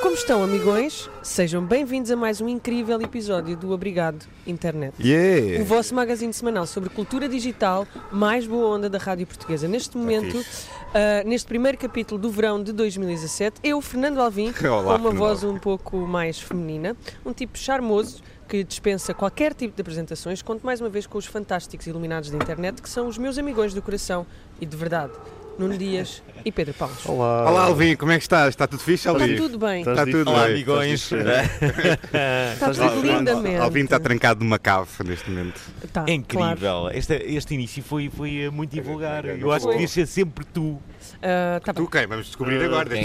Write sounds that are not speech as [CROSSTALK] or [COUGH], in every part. Como estão, amigões? Sejam bem-vindos a mais um incrível episódio do Obrigado Internet. O Yeah! vosso magazine semanal sobre cultura digital mais boa onda da rádio portuguesa. Neste Tá momento, ah, neste primeiro capítulo do verão de 2017, eu, Fernando Alvim, [LAUGHS] Olá, com uma Fernando. voz um pouco mais feminina, um tipo charmoso que dispensa qualquer tipo de apresentações, conto mais uma vez com os fantásticos iluminados da internet que são os meus amigões do coração e de verdade, Nuno Dias e Pedro Paulos. Olá. Olá, Alvin, como é que estás? Está tudo fixe, Está Alvin? tudo bem? Estás Está dif- tudo Olá, bem. amigões. é. Está Estás tudo lá. lindamente. Alvin está trancado numa cave neste momento. Tá, É incrível. claro. Este, este início foi, foi eh, muito invulgar. Foi, foi, Eu acho que foi. devias ser sempre tu. Ah, tá bem. Tu quem? Vamos descobrir Ah, agora. quem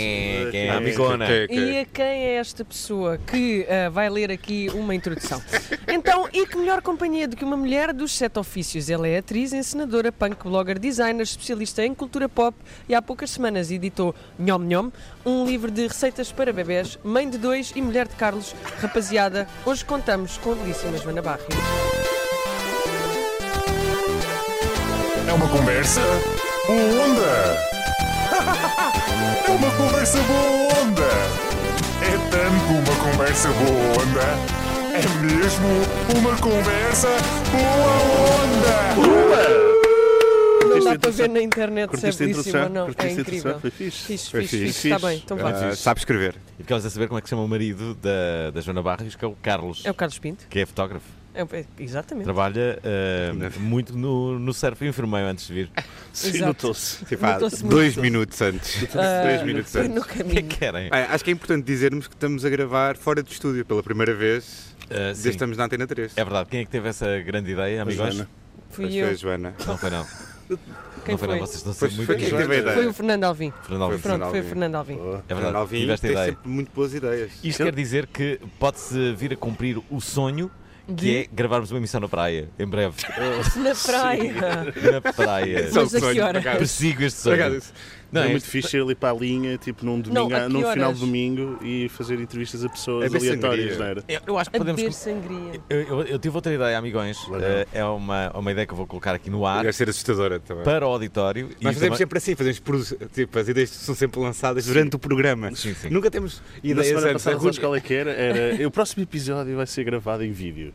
é- quem é Ah, a amigona? que- que- E a quem é esta pessoa que ah, vai ler aqui uma [LAUGHS] introdução? Então, e que melhor companhia do que uma mulher dos sete ofícios? Ela é atriz, encenadora, punk blogger, designer, especialista em cultura pop e há poucas semanas editou Nhom Nhom, um livro de receitas para bebés, mãe de dois e mulher de Carlos. Rapaziada, hoje contamos com a belíssima Joana Barrio. É uma conversa boa onda. [LAUGHS] É uma conversa boa onda. É tanto uma conversa boa onda. É mesmo uma conversa boa onda. Não Curtiste dá a para introdução? ver na internet se é Curtiste a belíssima ou introdução? não. É Curtiste a incrível. introdução? Foi fixe. Fixe, Foi fixe, fixe. fixe. Está bem, então vá. Ah, sabe escrever. E ficámos a saber como é que se chama o marido da, da Joana Barrios, que é o Carlos, É o Carlos Pinto? que é fotógrafo. É o- é- Exatamente. Trabalha eh, Não. muito no, no surf. Eu enfermei antes de vir. Sim, Exato. notou-se. Tipo, há Notou-se dois muito. minutos antes. Ah, dois minutos Foi no antes. O que é caminho. que querem? Bem, acho que é importante dizermos que estamos a gravar fora do estúdio pela primeira vez Eh, desde que sim. estamos na Antena 3. É verdade. Quem é que teve essa grande ideia, amigos? Joana. Fui foi a eu. Joana. Não foi não. Quem não foi, foi? não. Vocês estão a ser Pois muito foi quem teve a ideia. Foi o Fernando Alvim. Fernando Alves. Foi o Pronto, foi o Fernando Alvim. É verdade. Alvin Tiveste a tem ideia. sempre muito boas ideias. Isto quer dizer que pode-se vir a cumprir o sonho que é gravarmos uma emissão na praia, em [LAUGHS] breve. Na praia. na praia. Mas a que sonho, por hora? acaso. Persigo este é Por sonho. acaso, isso- Não, é este- muito fixe ir ali para a linha, tipo num, domingo, Não, a que num final horas? de domingo e fazer entrevistas a É pessoas bem aleatórias, sangria. não era? Eu, eu acho que A podemos. beber sangria. Eu, eu- eu tive outra ideia, amigões. Legal. Eh, é uma, uma ideia que eu vou colocar aqui no ar Deve ser assustadora também. para o auditório. e Nós fazemos também- sempre assim, fazemos produ- tipo, as ideias são sempre lançadas durante o programa. Sim, sim. Nunca temos E na ideias semana antes. A passada, sabes Rui- qual é que era? Era, o próximo episódio vai ser gravado [LAUGHS] em vídeo.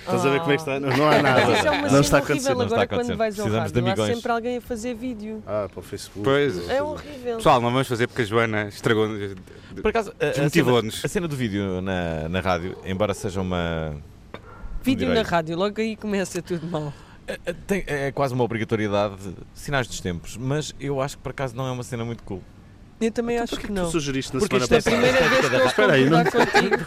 Estás a ver como é que está? Não, não há Mas isso é uma nada. não cena horrível está acontecendo. não está agora quando acontecendo. vais ao Precisamos de rádio. Há amigões. sempre alguém a fazer vídeo. Ah, para o Facebook. Pois. É horrível. Pessoal, não vamos fazer porque a Joana estragou. Por acaso, a- a Desmotivou-nos. cena- A, cena do vídeo na, na rádio, embora seja uma. Vídeo na Direito. rádio, logo aí começa tudo mal. eh, eh, tem- é quase uma obrigatoriedade, sinais dos tempos, mas eu acho que por acaso não é uma cena muito cool. Eu também acho que não. é Tu sugeriste na Porque semana isto é a É a passada. primeira vez que eu Espera aí, estou a concordar contigo.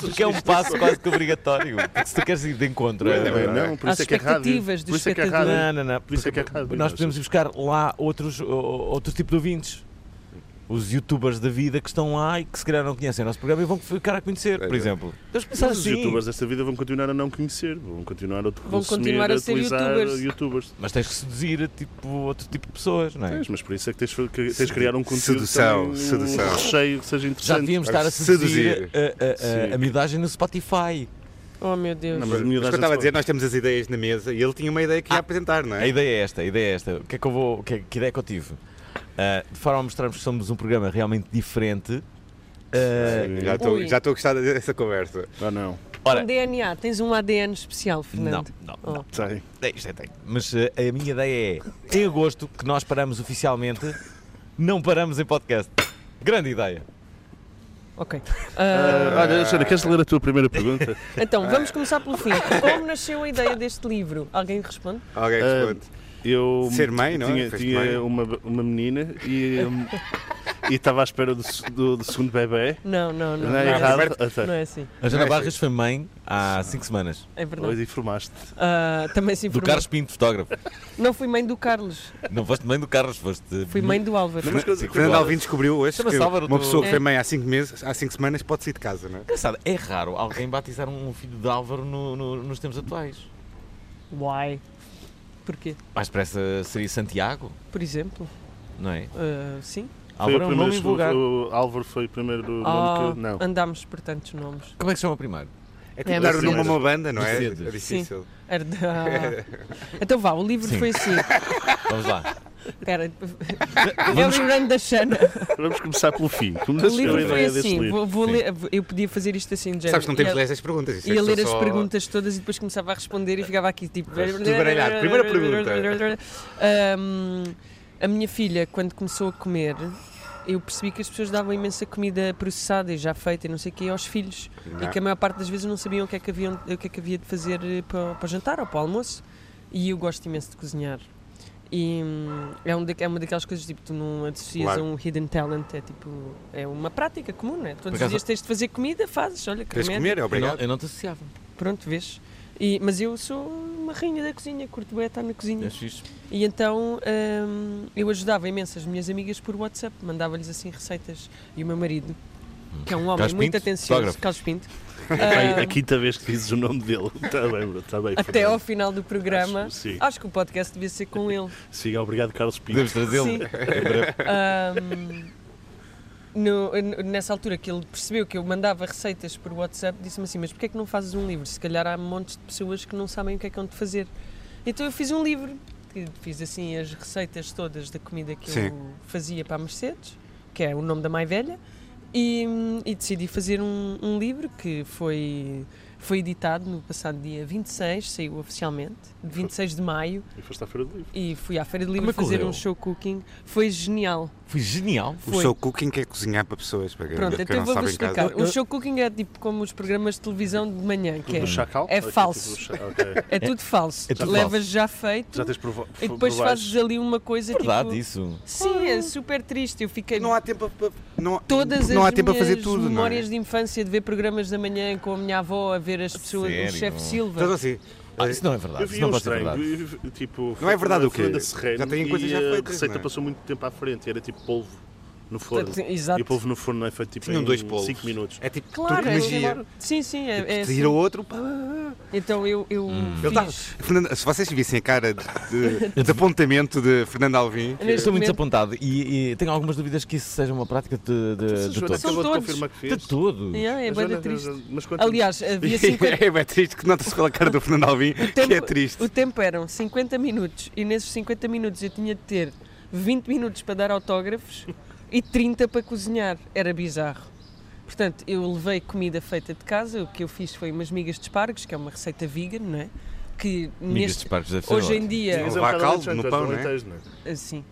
[LAUGHS] Porque é um passo quase que obrigatório. Porque se tu queres ir de encontro. Não, eh, Não, não, por Às isso é que é rádio. expectativas dos Por isso é que é espectadores. rádio. Não, não, não. Por isso é que é rádio. Nós podemos ir buscar lá outros, o- outro tipo de ouvintes. Os youtubers da vida que estão lá e que se calhar não conhecem o nosso programa e vão ficar a conhecer, por É. exemplo. Deus pensar Mas os assim. youtubers desta vida vão continuar a não conhecer, vão continuar a consumir, continuar a ser utilizar youtubers. youtubers. Mas tens que seduzir a tipo, outro tipo de pessoas, não é? Tens, mas por isso é que tens, que tens de criar um conteúdo Sedução, também, sedução. um recheio que seja Já interessante. devíamos estar a Seduzir. seduzir, a- a, a, Sim. a miudagem no Spotify. Oh meu Deus. Não, Mas a o que eu miudagem estava a se dizer, nós temos as ideias na mesa e ele tinha uma ideia que ia Ah. apresentar, não A é? ideia é esta, a ideia é esta. O que é que eu vou. o Que, é- que ideia que eu tive? Ah, de forma a mostrarmos que somos um programa realmente diferente. Ah, Sim. Já estou Ui. já estou a gostar dessa conversa. Ah, não. Um ora, DNA, tens um ADN especial, não, Fernando. não, Oh. Tem. É, Isto é, tem. Mas eh, a minha ideia é, em agosto, que nós paramos oficialmente, não paramos em podcast. Grande ideia. Ok. Ah, Ah, olha, Jana, queres ler a tua [LAUGHS] primeira pergunta? então, vamos começar pelo fim. Como nasceu a ideia deste livro? Alguém responde? Alguém é Ah, responde. Eu Ser mãe, não é? tinha, Foste tinha mãe. uma, uma menina e, hum, e estava à espera do, se- do- do segundo bebê. Não, não, não. Não é não, errado? não, Até. é assim. A Jana Não é Barras foi mãe há 5 semanas. É verdade. Pois é. informaste. Ah, também Do se informou. Carlos Pinto, fotógrafo. Não fui mãe do Carlos, Não foste mãe do Carlos, foste. fui mãe do Álvaro. Mas coisa- Fernando Alvim descobriu hoje Chama-se que Álvaro uma do- pessoa que foi É. mãe há 5 meses, há 5 semanas, pode sair de casa, não é? Engraçado, é raro alguém batizar um um filho de Álvaro no- no- nos tempos atuais. Uai. Porquê? Mais depressa seria Santiago, Por exemplo? não é? Ah, sim? Álvaro é um nome primeiro- vulgar. o, o Álvaro foi o primeiro do nome Ah, que. Não. Andámos por tantos nomes. Como é que se chama primeiro? É É, tipo dar mas- o nome a uma banda, não é? É Mercedes. difícil. Era de- Ah. [LAUGHS] Então vá, o livro Sim. foi assim. Vamos [LAUGHS] lá. [LAUGHS] Espera, é o livro da Xana. Vamos começar pelo [LAUGHS] fim. Como O nasceu a livro foi ideia deste assim. livro? Vou, vou Sim. ler, eu podia fazer isto assim de Sabes que não temos de género. ler essas perguntas. isso é Ia que ler são as só- perguntas todas e depois começava a responder e ficava aqui tipo. Tudo baralhado. Primeira pergunta. Ahm, a minha filha, quando começou a comer, eu percebi que as pessoas davam imensa comida processada e já feita e não sei o quê aos filhos. é? E que a maior parte das vezes não sabiam o que é que, haviam, o que, é que havia de fazer eh, para, o- para o jantar ou para o almoço. E eu gosto imenso de cozinhar. E hum, é, um da- é uma daquelas coisas tipo, tu não associas Claro. a um hidden talent, é tipo, é uma prática comum, não é? Todos os acaso- dias tens de fazer comida, fazes, olha, Queres comer. comer? Eu não, Obrigado. eu não te associava. Pronto, vês? E- mas eu sou uma rainha da cozinha, curto bem estar na cozinha. É fixe. E então hum, eu ajudava imenso as minhas amigas por WhatsApp, mandava-lhes assim receitas. E o meu marido, que é um homem Carlos muito Pinto, atencioso, fotógrafo. Carlos Pinto, Ai, hum, a quinta vez que dizes o nome dele. [LAUGHS] Está bem, bro. Está bem. até ao final do programa, Acho- sim. acho que o podcast devia ser com ele. Siga, obrigado, Carlos Pinto. Podemos trazê-lo. [LAUGHS] Sim. Ahm, no- n- nessa altura que ele percebeu que eu mandava receitas por WhatsApp, disse-me assim: Mas porquê é que não fazes um livro? Se calhar há montes de pessoas que não sabem o que é que hão de fazer. Então eu fiz um livro, que fiz assim as receitas todas da comida que Sim. eu fazia para a Mercedes, que é o nome da mais velha, e, e decidi fazer um, um livro que foi, foi editado no passado dia 26, saiu oficialmente, de 26 de maio, E foste à feira do livro. e fui à Feira de Livro Como é que fazer correu? um show cooking. Foi genial. Foi genial. O Foi. show cooking que é cozinhar para pessoas, para Pronto, que então eu não vou-vos sabem em explicar. casa. O show cooking é tipo como os programas de televisão de manhã, que é, Do Chacal? é Ou tipo falso. do Cha- ok. é tudo falso. É tudo Levas falso. já feito Já tens provo- e depois provais- fazes ali uma coisa Verdade, tipo... isso. Sim, é super triste. Eu fiquei... Não há tempo para. Não, Todas não as há tempo a minhas fazer tudo, não é? memórias de infância de ver programas da manhã com a minha avó a ver as pessoas, sério? o chefe Tudo Silva. assim. Ah, isso não é Eu verdade. Isso vi não um pode ser estranho, verdade. vi- vi- tipo, Não é verdade o quê? Fernanda Serrano Já têm e coisas já a feitas, receita não é? passou muito tempo à frente, era tipo polvo no forno. Exato. E o polvo no forno é feito tipo Tinham em dois polos. 5 minutos. É tipo Claro, tudo é, magia. sim, sim, é, é Tira assim. outro. pá. Então eu, eu Ele tá- fiz... Fernando, se vocês vissem a cara de, de desapontamento de Fernando Alvim, Eu estou muito Neste momento- desapontado e, e tenho algumas dúvidas que isso seja uma prática de, Então, de, Mas a de Joana todos. São acabou de todos. confirmar que fez. De todos. Yeah, é A bué da Joana- triste. Mas quanto- Aliás, havia [LAUGHS] 50... é bem triste que nota-se pela cara do Fernando Alvim que é triste. assim O tempo eram 50 minutos e nesses 50 minutos eu tinha de ter 20 minutos para dar autógrafos e 30 para cozinhar. Era bizarro. Portanto, eu levei comida feita de casa, o que eu fiz foi umas migas de espargos, que é uma receita vegan, não é? Que Amigas de neste, parques deve ser hoje em ótimo. dia, Mas é um Levar bocado caldo alentejante, no és pão, não é? alentejo, não é? assim,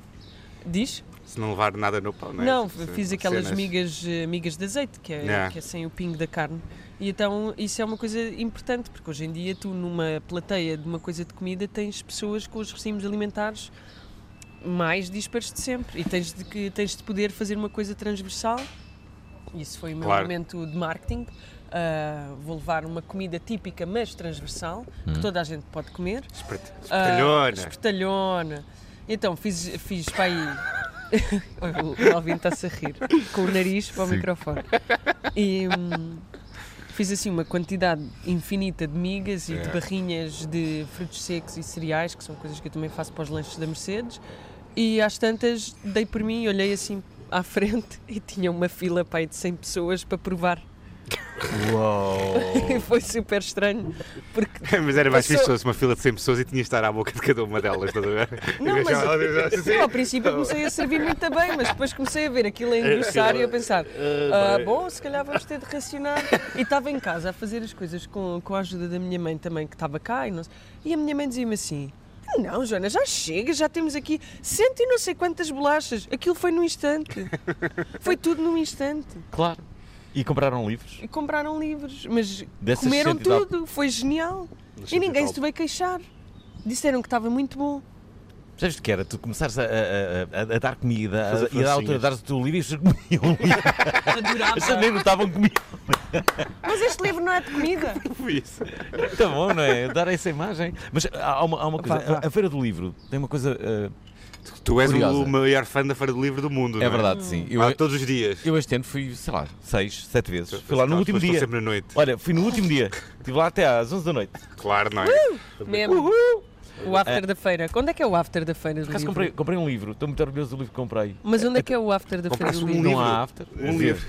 diz? Se não levar nada no pau, não é? Não, Essas fiz aquelas cenas. migas, eh, migas de azeite, que é, Yeah. que é sem o pingo da carne. E então isso é uma coisa importante, porque hoje em dia tu numa plateia de uma coisa de comida tens pessoas com os recimos alimentares mais dispares de sempre e tens de, que, tens de poder fazer uma coisa transversal. Isso foi o meu Claro. momento de marketing. Ah, vou levar uma comida típica, mas transversal, Hum. que toda a gente pode comer. Espet- Ah, Espelhona. Espertalhona. Então, fiz, fiz para aí. [LAUGHS] o Alvin está-se a rir. Com o nariz para o microfone. E. hum, Fiz assim uma quantidade infinita de migas e de barrinhas de frutos secos e cereais, que são coisas que eu também faço para os lanches da Mercedes. E às tantas dei por mim, olhei assim à frente e tinha uma fila pai de 100 pessoas para provar. [LAUGHS] E foi super estranho, porque Mas era mais Passou- fixe se fosse uma fila de 100 pessoas e tinhas de estar à boca de cada uma delas, estás a ver? Não, Eu mas- achava- eu achava- Sim, ao princípio comecei a servir muito bem, mas depois comecei a ver aquilo a É, engrossar e a pensar: Ah, "Ah, vai. bom, se calhar vamos ter de racionar. E estava em casa a fazer as coisas com, com a ajuda da minha mãe também, que estava cá, e, não sei- e a minha mãe dizia-me assim. "Ah, Não, Joana, já chega, já temos aqui cento e não sei quantas bolachas. Aquilo foi [LAUGHS] num instante. Foi tudo num instante. Claro. E compraram livros. E compraram livros, mas Dessas comeram cento e tal- tudo. Foi genial. Deixa E eu ninguém tentar- se veio queixar. Disseram que estava muito bom. Sabes o que era? Tu começares a, a- a- a- a dar comida Fazer a- e à altura francinhas. dares o teu livro e as pessoas [LAUGHS] comiam o livro. As pessoas Adorava. nem notavam comida. Mas este livro não é de [LAUGHS] comida. Está bom, não é? Dar essa imagem. Mas há há uma, há uma coisa. Vá, vá. A, a Feira do Livro tem uma coisa. eh, Tu és Curiosa. o maior fã da Feira do Livro do mundo. não É verdade, sim. Eu, Ah, Há todos os dias. eu este ano fui, sei lá, seis, sete vezes. Fui lá no Nós último fomos dia. sempre na noite. Olha, fui no último dia. Estive lá até às 11 da noite. Claro, não é? Mesmo. O after da feira. Quando é que é o after da feira? do Por acaso livro? comprei, comprei um livro. Estou muito orgulhoso do livro que comprei. Mas onde é que é o after da feira Compraste do um livro? É Não livro? há after. Um livro.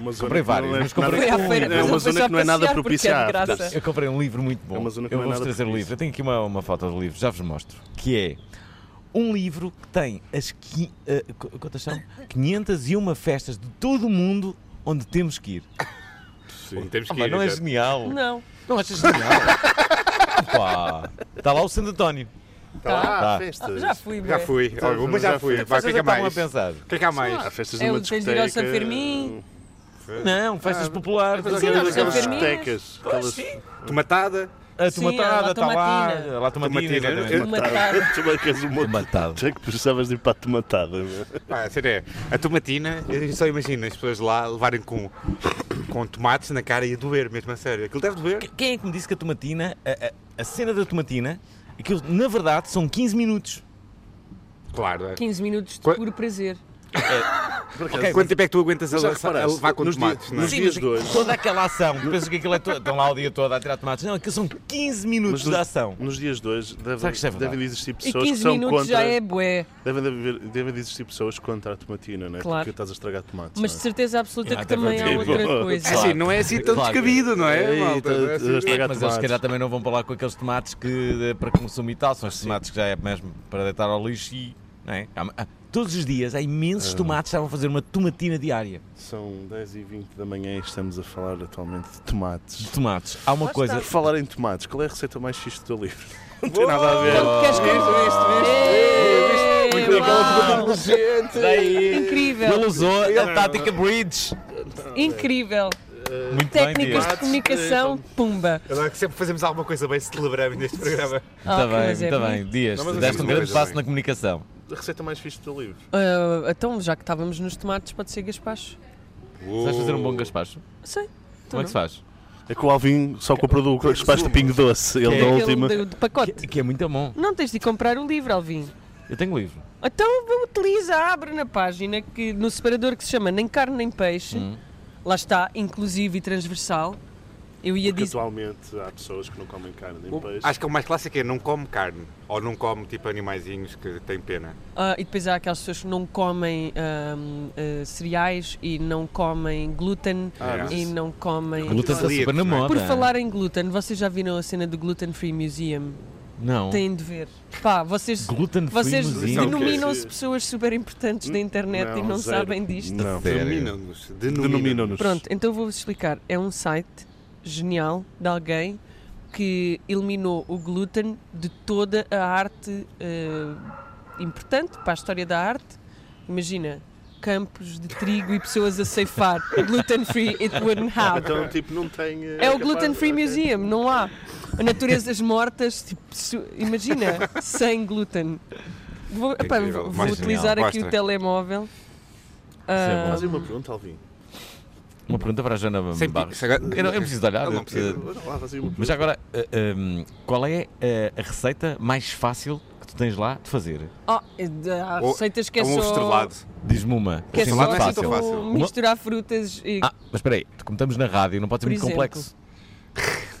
Uma zona comprei que não vários, é mas comprei Foi nada- à feira, mas É uma ele foi só zona que não é nada passear porque propícia é à de arte. graça. Eu comprei um livro muito bom. É uma zona que eu não é vou-vos nada trazer o propícia. livro. Eu tenho aqui uma, uma foto do livro, já vos mostro. Que é um livro que tem as qui- eh, qu- quantas são? 501 festas de todo o mundo onde temos que ir. Onde temos Ah, que pá, ir. não é exato. genial? Não. Não achas genial? Pá, Está lá o Santo António. Tá lá, Tá. festas. Ah, Já fui, bué. Já fui. Algumas já fui. Vai, Vocês já fica estavam a mais. O pensar. que é que há mais? Há festas É numa o tens de ir ao São discoteca, Fermim. Não, Ah, festas populares. assim, Mas Sim, aquelas São aquelas Ferminas. discotecas. Aquelas Tomatada. A Sim, a tomatada está lá. tomatina. Lá a tomatina. Tomatina, exatamente. eu- Uma tarde. Tomatas uma Tomatada. Já um que precisavas de ir para a tomatada. meu. Pá, a sério, é. A tomatina, eu só imagino as pessoas lá levarem com, com tomates na cara e a doer mesmo, a sério. Aquilo deve doer. Que- Quem é que me disse que a tomatina, a, a- a cena da tomatina, aquilo na verdade são 15 minutos. Claro, é. 15 minutos de Qua- puro prazer. Ok, Quanto tempo é que tu aguentas a, Já a reparaste, levar com nos tomates? dias- não é? nos dias de hoje. Toda aquela ação, pensas que aquilo é to- estão lá o dia todo a tirar tomates. Não, aquilo são 15 minutos Mas nos- de ação. Nos dias de hoje Será que isto é devem, verdade? devem de existir E pessoas que 15 são minutos já contra. é bué. Devem, de haver- devem de existir pessoas contra a tomatina, não é? Claro. Porque estás a estragar tomates. Mas de não é? certeza absoluta Ah, que até também há para outra tipo, coisa. É assim, não é assim tão Claro. descabido, não é, Ei, malta? tá- É assim. tá- estragar Mas eles se tomates. calhar também não vão para lá com aqueles tomates que eh, para consumo e tal, são os tomates que já é mesmo para deitar ao lixo e. Não é? Há- há- Todos os dias há imensos Ah. tomates que estavam a fazer uma tomatina diária São 10 e 20 da manhã e estamos a falar atualmente de tomates. de tomates. Há uma coisa. tá Por falar em tomates, qual é a receita mais fixe do teu livro? Não tem nada a ver. Quanto Então, queres que eu- Ei, uau! Incrível, Ele usou a tática Bridge. incrível. Muito bem, Técnicas Diogo. de comunicação, pumba. Agora que sempre fazemos alguma coisa bem, celebramos neste programa. Ah, ok, Muito Tá bem, mas é muito bem. bonito. Dias, Não, mas eu deste sei assim, uma um coisa grande passo também. na comunicação. A receita mais fixe do teu livro? Ah, então, já que estávamos nos tomates, pode ser gaspacho. sabes fazer um bom gaspacho? Sei. Como é que se faz? É que o Alvin só comprou do espaço do Pingo Doce, ele É da aquele última. do, do pacote. Que, que é muito bom. Não tens de comprar o livro, Alvin. Eu tenho o livro. Então vá, utiliza, abre na página que no separador que se chama Nem Carne Nem Peixe, lá está, inclusivo e transversal. Eu ia Porque dizer. atualmente há pessoas que não comem carne nem peixe. Acho que o mais clássico é não come carne. Ou não come tipo animaizinhos que têm pena. Ah, e depois há aquelas pessoas que não comem ahm, ah, cereais e não comem glúten Ah, e não comem. Glúten está Celíacos, super na não é? moda. Por falar em glúten, vocês já viram a cena do Gluten Free Museum? Não. Têm de ver. Pá, vocês. Gluten free Vocês museum. Não, denominam-se que é- Hum? pessoas super importantes da internet e Não, não zero. sabem disto. [LAUGHS] Não. é. Denominam-nos. Denominam-nos. Pronto, então vou-vos explicar. É um site genial de alguém que eliminou o glúten de toda a arte eh, importante para a história da arte. Imagina, campos de trigo e pessoas a ceifar. [LAUGHS] gluten free, it wouldn't have. Então, tipo, não tem. eh, É o capaz- Gluten Free ok. Museum, não há. Naturezas mortas, tipo, su- [LAUGHS] imagina, sem glúten. Vou, epá, incrível, vou- vou mais utilizar genial. aqui o Mostra. telemóvel. é bom. Ah, Mas e uma pergunta, Alvin. Uma pergunta para a Joana Sem Barros. picos. Eu não, eu não preciso de olhar. Não, não eu preciso- precisa. Olha lá, fazia uma pergunta. Mas já agora, eh, ehm, qual é eh, a receita mais fácil que tu tens lá de fazer? oh, é de- há Ou- receitas que É é um ovo só. estrelado. Diz-me uma. Que é assim, só Salada muito não é assim tão fácil. fácil. tipo, misturar frutas e. Ah, mas espera aí, como estamos na rádio, não pode ser Por muito exemplo. complexo.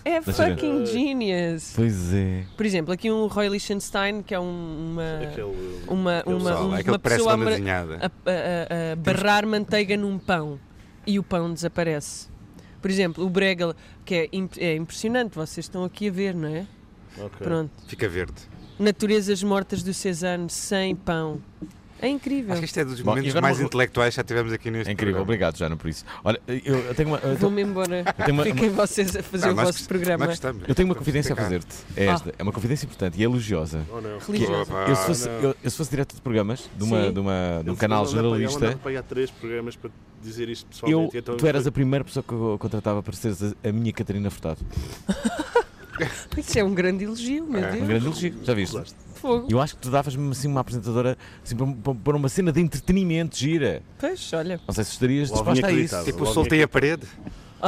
é deixa eu ver. fucking genius! Pois é. Por exemplo, aqui um Roy Lichtenstein, que é um- uma. Aquele. eh, Uma, aquele uma, sal, um- Olha, uma É aquele parece pessoa a, uma mar- desenhada. a, a- a- a barrar manteiga num pão e o pão desaparece. Por exemplo, o Bregel, que é, imp- é impressionante, vocês estão aqui a ver, não é? Ok. Pronto. Fica verde. Naturezas mortas do Cezanne sem pão. É incrível. Acho que isto é dos Bom, e momentos agora mais uma- intelectuais que já tivemos aqui neste É incrível, programa. obrigado, Joana, por isso. Olha, eu eu tenho uma. eu tenho- Vou-me embora. eu tenho [LAUGHS] uma- Fiquem vocês a fazer Não, o nós vosso gost- programa. nós gostamos. Eu tenho uma confidência a Fica. fazer-te. É Ah. esta. É uma confidência importante e elogiosa. Ou Oh, não? Religiosa. Opa, Eu se fosse, eu, eu se fosse diretor de programas de, uma, Sim. de, uma, de um canal Eu generalista, pagar três programas para dizer isto pessoalmente. então eu, tu eras a primeira pessoa que eu contratava para seres a, a minha Catarina Furtado. Isso é um grande elogio, meu É. Deus. Um grande elogio, já viste? Fogo. Eu acho que tu davas mesmo assim uma apresentadora assim, para, para- para uma cena de entretenimento gira. Pois, olha. Não sei se estarias Logo disposta a isso. inacreditável. Tipo, Logo soltei a parede.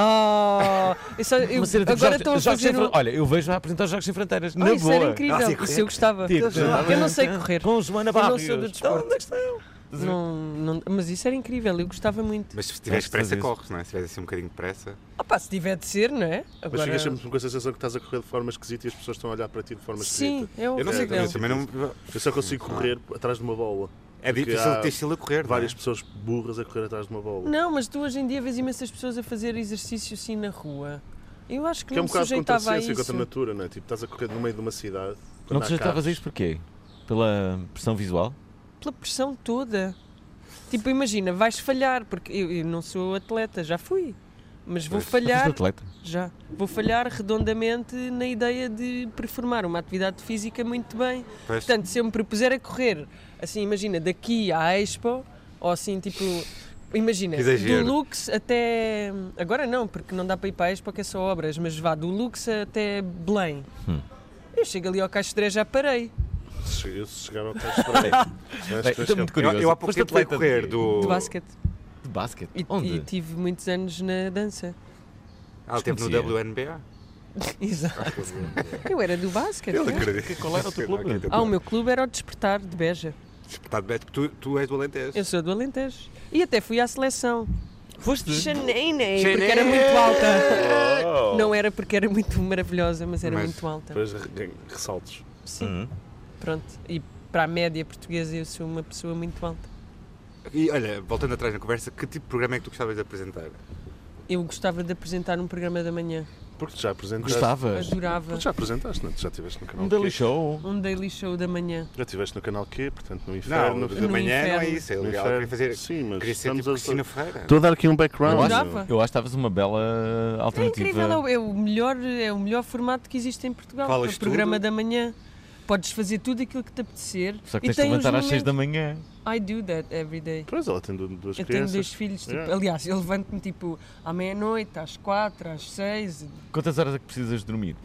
Ah, isso, eu, [LAUGHS] Uma cena tipo agora jogos- estou a jogos sem fazer. Um... fron- Olha, eu vejo a apresentar os Jogos Sem Fronteiras. Ah, na isso boa. era incrível. Isso eu gostava. Tipo, Eu não sei correr. Com Joana Eu não Barrios. sou do Então, desporto. onde é que estão? Não, não- mas isso era incrível, eu gostava muito. Mas se tiveres Mas pressa, fazes isso. corres, não é? Se tiveres assim um bocadinho de pressa. Opa, se tiver de ser, não é? Mas Agora... ficas sempre com a sensação que estás a correr de forma esquisita e as pessoas estão a olhar para ti de forma Sim, esquisita. é Eu não sei, horrível. eu também não. Eu só consigo Ah. correr atrás de uma bola. É Porque difícil há ter estilo a correr. não é? Várias pessoas burras a correr atrás de é uma bola. Não, mas tu hoje em dia vês imensas pessoas a fazer exercício assim na rua. Eu acho que Que é não um me bocado contra sujeitava a a ciência e isso. contra a natura, não é? Tipo, estás a correr no meio de uma cidade. Não há te sujeitavas a carros. isto porquê? Pela pressão visual? Pela pressão toda. Tipo, imagina, vais falhar, porque eu, eu não sou atleta, já fui. Mas vou Já falhar, foste atleta. já. Vou falhar redondamente na ideia de performar uma atividade física muito bem. Pois. Portanto, se eu me propuser a correr, assim, imagina, daqui à Expo, ou assim, tipo, imagina, Que exagero. do Lux até. Agora não, porque não dá para ir para a Expo, que é só obras, mas vá do Lux até Belém. Eu chego ali ao Caixo 3, já parei. Se- Eu se chegar [LAUGHS] ao teste para Estou então muito Eu, curioso. eu há pouco Foste tempo fui atleta correr de quê? do. De basquete. De basquete. E, Onde? e tive muitos anos na dança. [LAUGHS] Há Ah, o tempo no Desconhecia. WNBA. Exato. Eu era do basquete. Eu não é? acredito. Qual era o teu clube? um Ah, o meu clube era o Despertar de Beja. é Deputado Beto, tu, tu és do Alentejo. Eu sou do Alentejo. E até fui à seleção. Foste? Xanene, Xanene! porque era muito alta. Oh! Não era porque era muito maravilhosa, mas era Mas- muito alta. Depois re- ressaltos. Sim, Hum. pronto. E para a média portuguesa eu sou uma pessoa muito alta. E olha, voltando atrás na conversa, que tipo de programa é que tu gostavas de apresentar? Eu gostava de apresentar um programa da manhã. Porque tu já apresentaste. Gostavas? Adorava Tu já apresentaste, não? é? Tu já estiveste no Um canal Daily Q. Show? um daily show da manhã. Já estiveste no canal Q, portanto, no inferno. de No manhã não é inferno. isso. É No legal. Eu queria inferno. fazer. Sim, mas Queria ser estamos tipo a- Cristina Ferreira. Estou a dar aqui um background. Adorava. Eu acho que estavas uma bela É alternativa. incrível, é o- é o melhor, é o melhor formato que existe em Portugal. É Falas o programa tudo. da manhã. Podes fazer tudo aquilo que te apetecer. Só que e tens de tem uns levantar às 6 da momentos- manhã. I do that every day. Pois, ela tem du- duas Eu tenho crianças. dois filhos, tipo, Yeah. aliás, eu levanto-me tipo à meia-noite, às quatro, às seis. Quantas horas é que precisas dormir?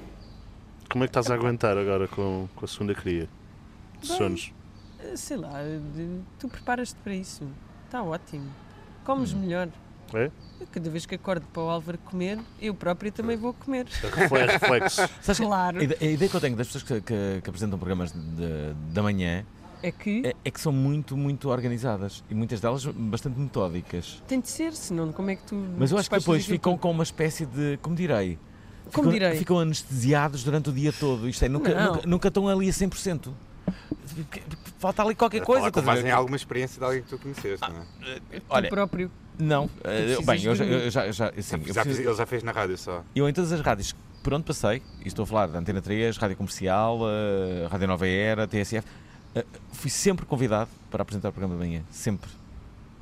Como é que estás a aguentar agora com, com a segunda cria? De Bem. sonos. Sei lá, de- tu preparas-te para isso. Está ótimo. Comes melhor. É? Eu, cada vez que acordo para o Álvaro comer, eu próprio também vou comer. É [LAUGHS] reflexo. Sabes que Claro. a ide- a ideia que eu tenho das pessoas que, que- que apresentam programas de- da manhã É que é, é que são muito, muito organizadas e muitas delas bastante metódicas. tem de ser, senão como é que tu. Mas eu acho que despachas depois aquilo ficam com uma espécie de. Como direi? tudo? ficam, Como direi? Ficam anestesiados durante o dia todo. Isto é, nunca, Não. nunca, nunca estão ali a 100%. Porque- porque Falta ali qualquer Falar é coisa. Ah, com estás a base em ver? alguma experiência de alguém que tu conheceste, não é? Tu Olha, próprio. não. eh, precisas Bem, eu já. dormir. eu já- já- sim, eu Já fiz- preciso- ele já fez na rádio só. Eu em todas as rádios por onde passei, e estou a falar da Antena 3, Rádio Comercial, eh, Rádio Nova Era, TSF, eh, fui sempre convidado para apresentar o programa da manhã. Sempre.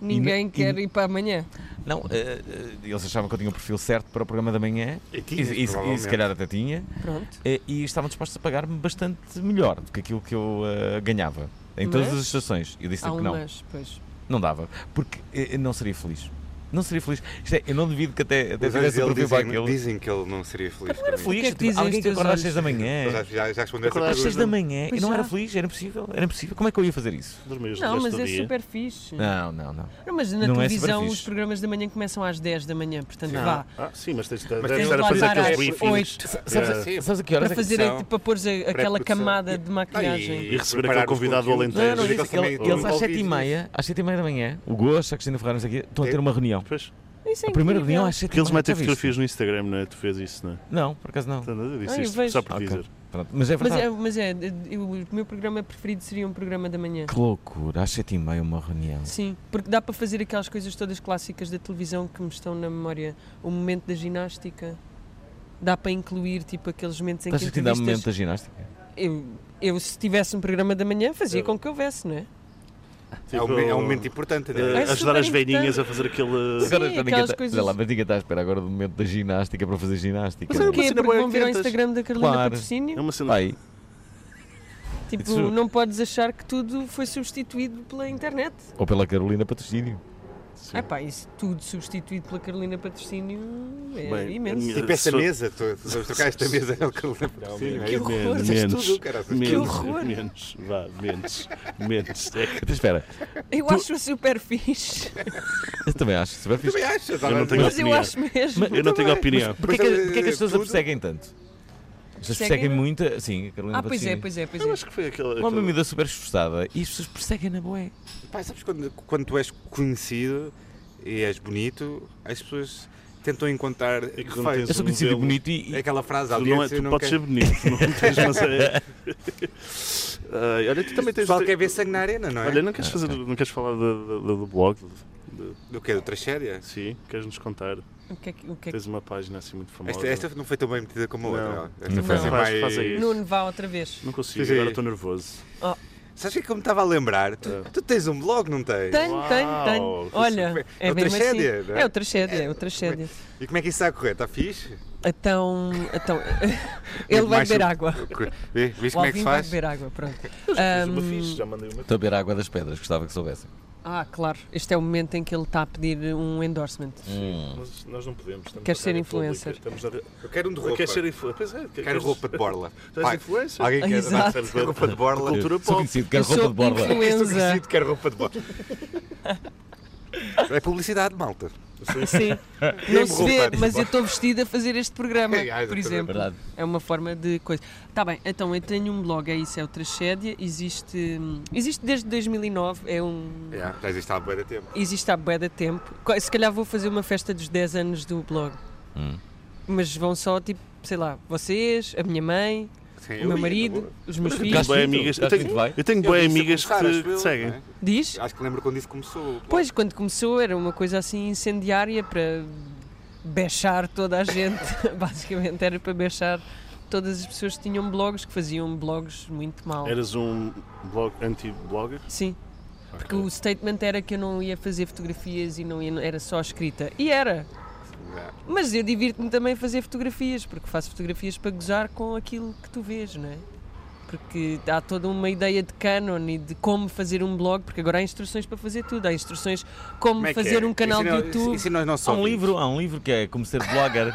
Ninguém e- quer ir para amanhã. Não, eh, eh, eles achavam que eu tinha o perfil certo para o programa da manhã, E e, tinhas, e- e se provavelmente. calhar até tinha, Pronto. eh, e estavam dispostos a pagar-me bastante melhor do que aquilo que eu eh, ganhava. Em todas Mas? as estações. Eu disse Há sempre é que um não. mas, pois. Não dava. Porque eh, não seria feliz. Não seria feliz. Isto é, eu não duvido que até, até Os tivesse o olhos dele perfil para dizem, aquilo. dizem que ele não seria feliz. Não era comigo. feliz. é. que é que tipo, dizem alguém os que teus acorda às olhos? 6 da manhã. Ele Já, já, já respondeu essa Acordar pergunta. Às 6 da manhã Pois eu não era já. feliz, era impossível, era impossível. Como é que eu ia fazer isso? Dormias Não, mas é dia. super fixe. Não, não, não. Não, mas na É. Não é televisão super fixe. os programas da manhã começam às 10 da manhã, portanto Não. vá. Ah, sim, mas tens de Mas deves tens estar de a fazer levantar aqueles às briefings. [LAUGHS] oito. Sabes, Yeah. Sim. sabes a que horas Para é que fazer, são? a- para pôr a- aquela Pré-produção. camada de maquilhagem. E receber preparar aquele os convidado do conteúdos. Alentejo. Não, não, Eles isso, também- eles, eles às ouviram 7 e isso. meia, às 7 e meia da manhã, o Gosto, a Cristina Ferreira, não sei o quê, estão a ter uma reunião. Pois, Isso é A primeira incrível. reunião às 7 porque eles metem Já viste? fotografias no Instagram, não é? Tu fez isso, não é? Não, por acaso não. Então, eu disse Ah, eu isto vejo. só por Ok. dizer. Pronto, Mas é Mas é, verdade. mas é eu- o meu programa preferido seria um programa da manhã. Que loucura, às 7 e meia uma reunião. Sim, porque dá para fazer aquelas coisas todas clássicas da televisão que me estão na memória. O momento da ginástica. Dá para incluir tipo aqueles momentos em que Estás a te dar um momento entrevistas... da ginástica? eu, eu, se tivesse um programa da manhã, fazia Eu- com que houvesse, não é? É Tipo, um, é um momento importante, não eh, é? É super ajudar as velhinhas a fazer aquele. Sim, Agora já ninguém aquelas tá- coisas- Olha lá, mas ninguém está à espera agora do momento da ginástica para fazer ginástica. Porquê? cena Porque bué vão ver ao quente, Instagram da Carolina Claro. É Patrocínio? uma cena. Vai, Tipo, Isso- não podes achar que tudo foi substituído pela internet. ou pela Carolina Patrocínio. Epá, isso tudo substituído pela Carolina Patrocínio é Bem, imenso. minha- Tipo essa Sou- mesa, tu- tu- vamos trocar esta mesa, é o que eu lembro. Sim, é Que isso. horror, menos, tens menos, tudo, caraças. Que menos, horror. menos, vá, menos, menos. É que Até espera, Eu acho super fixe, eu também acho super fixe. Também achas? Eu não tenho mas eu opinião. acho mesmo. Eu não tenho bem. opinião. Porquê Mas que, ele- porquê que as pessoas a tudo? perseguem tanto? As pessoas perseguem Perseguem- muito. a- Sim, a Carolina Ah, pois é, Patrocínio. pois é, pois Eu é. acho que foi aquele. Uma aquele- miúda super esforçada e as pessoas perseguem na boé. Pá, sabes quando, quando tu és conhecido e és bonito, as pessoas tentam encontrar É que não tens defeitos. Eu sou conhecido e modelo- bonito e. e- É aquela frase, a Tu, não é, audiência tu não, podes quer... ser bonito, não [LAUGHS] tens, mas é. Ai, olha, tu também O tens. pessoal quer ver sangue na arena, é. não é? Olha, não queres, fazer, não queres falar do, do, do blog? De- de- Do que? Do Tragédia? sim, queres nos contar? O que é que, o que é que- Tens uma página assim muito famosa. Esta, esta não foi tão bem metida como a Não. outra. Esta Não foi foi. assim Faz- faz aí. Nuno, vá outra vez. Não consigo, Sim, sim. agora estou nervoso. Sabes o que é que eu me estava a lembrar? Tu, É. tu tens um blog, não tens? Tenho, tenho, Uau, tenho. isso Olha, é- é, é o mesmo Tragédia, assim. não é? É o tragédia, é o tragédia. E como é que isso está a correr? Está fixe? Então, então [LAUGHS] ele vai Mais beber um- água. Vês vês O como é que se Alvin vai faz? beber água, pronto. Fiz uma Ahm, fixe, já mandei uma. Estou a beber água das pedras, gostava que soubessem. ah, claro. Este é o momento em que ele está a pedir um endorsement. Mas nós não podemos. estamos Queres na ser rádio influencer? pública, estamos na ra- Eu quero um de roupa. Queres ser influencer? Pois é, Quero roupa de borla. Tu és Vai, influencer? Alguém quer Exato. Sabes, roupa de borla? Cultura Eu pop. Sou conhecido, quero Eu sou roupa de borda. influ- Estou Influenza. crescido, quero roupa de borla. É publicidade, malta. Sim. Não Dê-me se roupa, vê, por mas eu favor. estou vestida a fazer este programa, É, é, por exatamente. exemplo. Verdade. É uma forma de coisa. Tá bem, então eu tenho um blog, é isso, é o Tragédia. Existe, hum, existe desde 2009, é um. Yeah, já existe há bué de tempo. Existe há bué de tempo. Co- Se calhar vou fazer uma festa dos 10 anos do blog. Hum. Mas vão só, tipo, sei lá, vocês, a minha mãe, Sim, o eu meu ia, marido, tá bom. os meus Eu tenho filhos. Gasto boas muito, amigas, eu gasto tenho, muito bem. eu tenho boas Eu vi amigas começar, que, acho que eu, seguem. não é? Diz? Acho que lembro quando isso começou. Pois, quando começou era uma coisa assim incendiária para bechar toda a gente. [LAUGHS] Basicamente era para bechar todas as pessoas que tinham blogs, que faziam blogs muito mal. Eras um blog, anti-blogger? Sim, porque o statement era que eu não ia fazer fotografias e não ia, era só escrita. E era. Yeah. Mas eu divirto-me também a fazer fotografias, porque faço fotografias para gozar com aquilo que tu vês, não é? Porque há toda uma ideia de canon e de como fazer um blog, porque agora há instruções para fazer tudo. Há instruções como, Como é que fazer é? um canal Ensina- de YouTube. Ensina aos nossos Há um ouvintes. livro, há um livro que é Como Ser Blogger.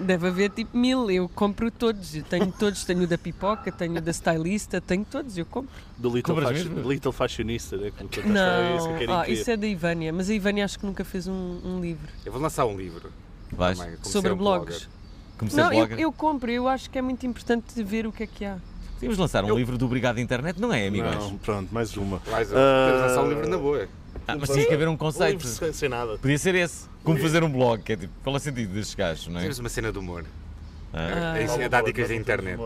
Deve haver tipo mil, eu compro todos, eu tenho todos, tenho o da pipoca, tenho o da stylista, tenho todos, eu compro. Do Little, Compras fashion, mesmo? Little Fashionista, né? Como tu Então, Não, isso que eu quero ah, incrível. isso é da Ivânia, mas a Ivânia acho que nunca fez um, um livro Eu vou lançar um livro. Vais, também, como sobre ser um blogs. blogger. Como Ser Não, eu, Blogger. eu compro, eu acho que é muito importante ver o que é que há. Podíamos lançar um livro do Obrigado Internet, não é, amigos? Não, pronto, mais uma. Vais, Ah. Temos lançar um livro na boa. Ah, mas tinha que haver um Um conceito. livro sem, sem nada. Podia ser esse. Como fazer um blog, que é tipo, qual é o sentido destes gajos, não é? Temos uma cena de humor. Ah. É isso, é dar dicas da internet.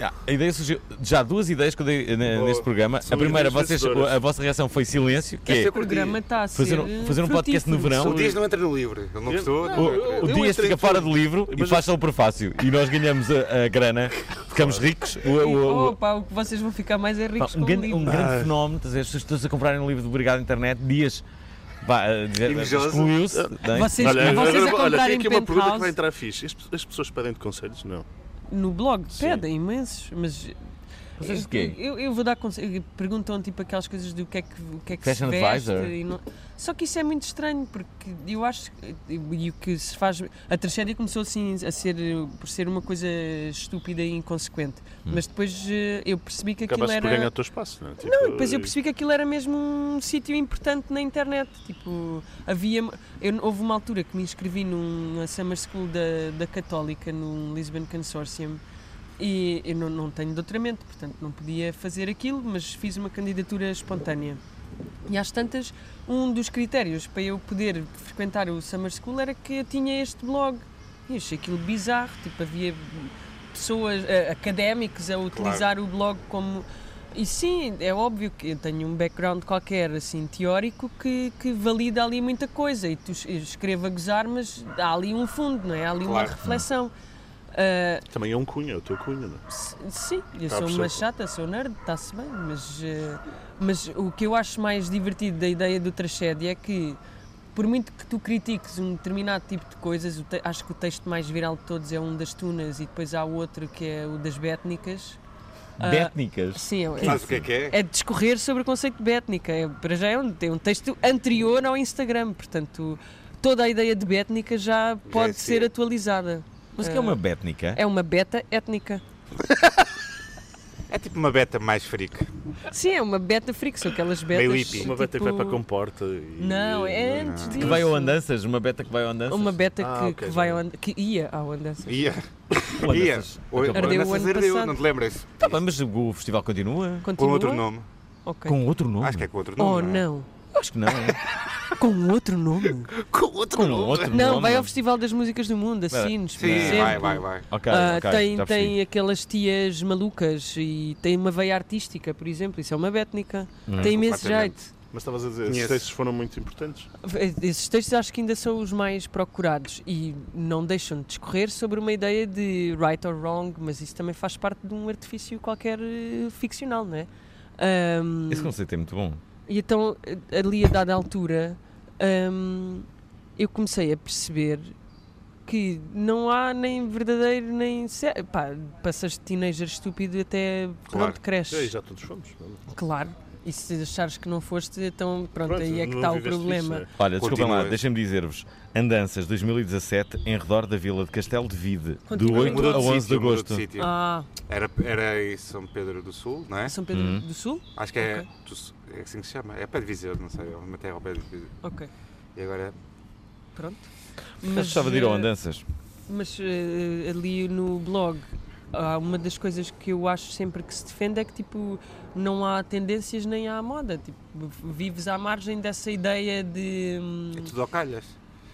Ah, a ideia surgiu. Já há duas ideias que eu dei eh, ne- Boa. neste programa. A São primeira, ideias vocês, vencedoras. a vossa reação foi silêncio, que é, Esta eu O curti. programa está a ser Fazer um- fazer um podcast no frutífero. verão. O Dias não entra no livro. Ele não gostou. não, não eu- entra. O eu Dias entrei fica em fora do tudo. livro e Mas faz só o prefácio. E nós ganhamos a, a grana, ficamos ricos. O- o- o- Opa, o que vocês vão ficar mais é pá, ricos um com o grande, um livro. Ah. grande fenómeno. estás a ver, As pessoas todas a comprarem um livro do Obrigado Internet. Dias vá, eh, dizer- Invejoso. excluiu-se. Ah. bem. Vocês, Olha, vocês agora- a olha, tem comprarem aqui uma pergunta que vai penthouse entrar fixe. As, as pessoas pedem-te conselhos? Não. no blog, pedem imensos, mas Vocês de Eu- quê? Eu, eu vou dar conselho. Perguntam tipo aquelas coisas do que é que, o que, é que se Fashion veste advisor? e não- Só que isso é muito estranho porque eu acho que e o que se faz. A tragédia começou assim a ser por ser uma coisa estúpida e inconsequente. Hum. Mas depois eh, eu percebi que aquilo Acabaste por era. ganhar o teu espaço, não é? Tipo, Não, e depois eu percebi que aquilo era mesmo um sítio importante na internet. Tipo, havia. eu- houve uma altura que me inscrevi numa Summer School da, da Católica, num Lisbon Consortium, e eu não, não tenho doutoramento, portanto não podia fazer aquilo, mas fiz uma candidatura espontânea. E às tantas, um dos critérios para eu poder frequentar o Summer School era que eu tinha este blog. E eu achei aquilo bizarro, tipo, havia pessoas, eh, académicos a utilizar o blog como e sim, é óbvio que eu tenho um background qualquer, assim, teórico, que, que valida ali muita coisa. E tu es- eu escrevo a gozar, mas há ali um fundo, não é? Há ali uma Claro. reflexão. Ah, Também é um cunho, é o teu cunho, não é? S- Sim, eu Tá sou a uma perceber. chata, sou nerd, está-se bem, mas, eh, mas o que eu acho mais divertido da ideia do tragédia é que, por muito que tu critiques um determinado tipo de coisas, o te- acho que o texto mais viral de todos é um das tunas e depois há o outro que é o das bétnicas. Ah, Bétnicas. Sim, é, Sabes o que é que é? é discorrer sobre o conceito de bétnica. É, para já é um, tem um texto anterior ao Instagram, portanto, toda a ideia de bétnica já pode sim. ser atualizada. Mas o que é uma bétnica? É uma beta étnica. É tipo uma beta mais freak. Sim, é uma beta freak, são aquelas betas. Meio hippie. Uma beta que vai para a comporta. E... É tipo, Não, é antes disso. Que vai ao andanças? Uma beta que vai ao andanças? Uma beta Ah, que, ok, que já vai vi. ao and- que ia ao andança. Ia. Olha, Ia. essas- Oi, acabou. Ardeu Ardeu, o ano passado. não te lembras? Tá bem, mas o festival continua? Continua? Com outro nome. Ok. Com outro nome? Acho que é com outro Oh, nome. é? não. [LAUGHS] Acho que não. Com outro nome? Com outro Com nome. outro Não, nome. vai ao Festival das Músicas do Mundo, Vai. assim, [LAUGHS] Sim, vai, vai, vai. Ok, Ah, ok, tem, já percebi. tem aquelas tias malucas e tem uma veia artística, por exemplo, isso é uma bétnica. Hum. Tem imenso Completamente. jeito. Mas estavas a dizer, esses Conheço. textos foram muito importantes. Esses textos acho que ainda são os mais procurados e não deixam de discorrer sobre uma ideia de right or wrong, mas isso também faz parte de um artifício qualquer eh, ficcional, não é? Ahm, Esse conceito é muito bom. E então, eh, ali a dada altura, hum, eu comecei a perceber que não há nem verdadeiro nem. sé- Pá, passas de teenager estúpido até Claro. pronto, cresce. É, já todos fomos. Pronto, Claro. E se achares que não foste, então pronto, aí é que não está o viveste problema. isso, Olha, desculpem Continua. lá, deixem-me dizer-vos. Andanças 2017 em redor da vila de Castelo de Vide, do Continua. 8 Mudou de a 11 de sítio, mudou de agosto. é. sítio. Ah, Era, era em São Pedro do Sul, não é? São Pedro Uhum. do Sul? Acho que é, Ok. do- é assim que se chama. É pé de Viseu, não sei. É uma terra ao pé de Viseu. Ok, E agora pronto. Mas gostava de ir ao eh, Andanças. Mas eh, ali no blog, há uma das coisas que eu acho sempre que se defende é que tipo, não há tendências nem há moda. Tipo, vives à margem dessa ideia de. hum, é tudo ao calhas.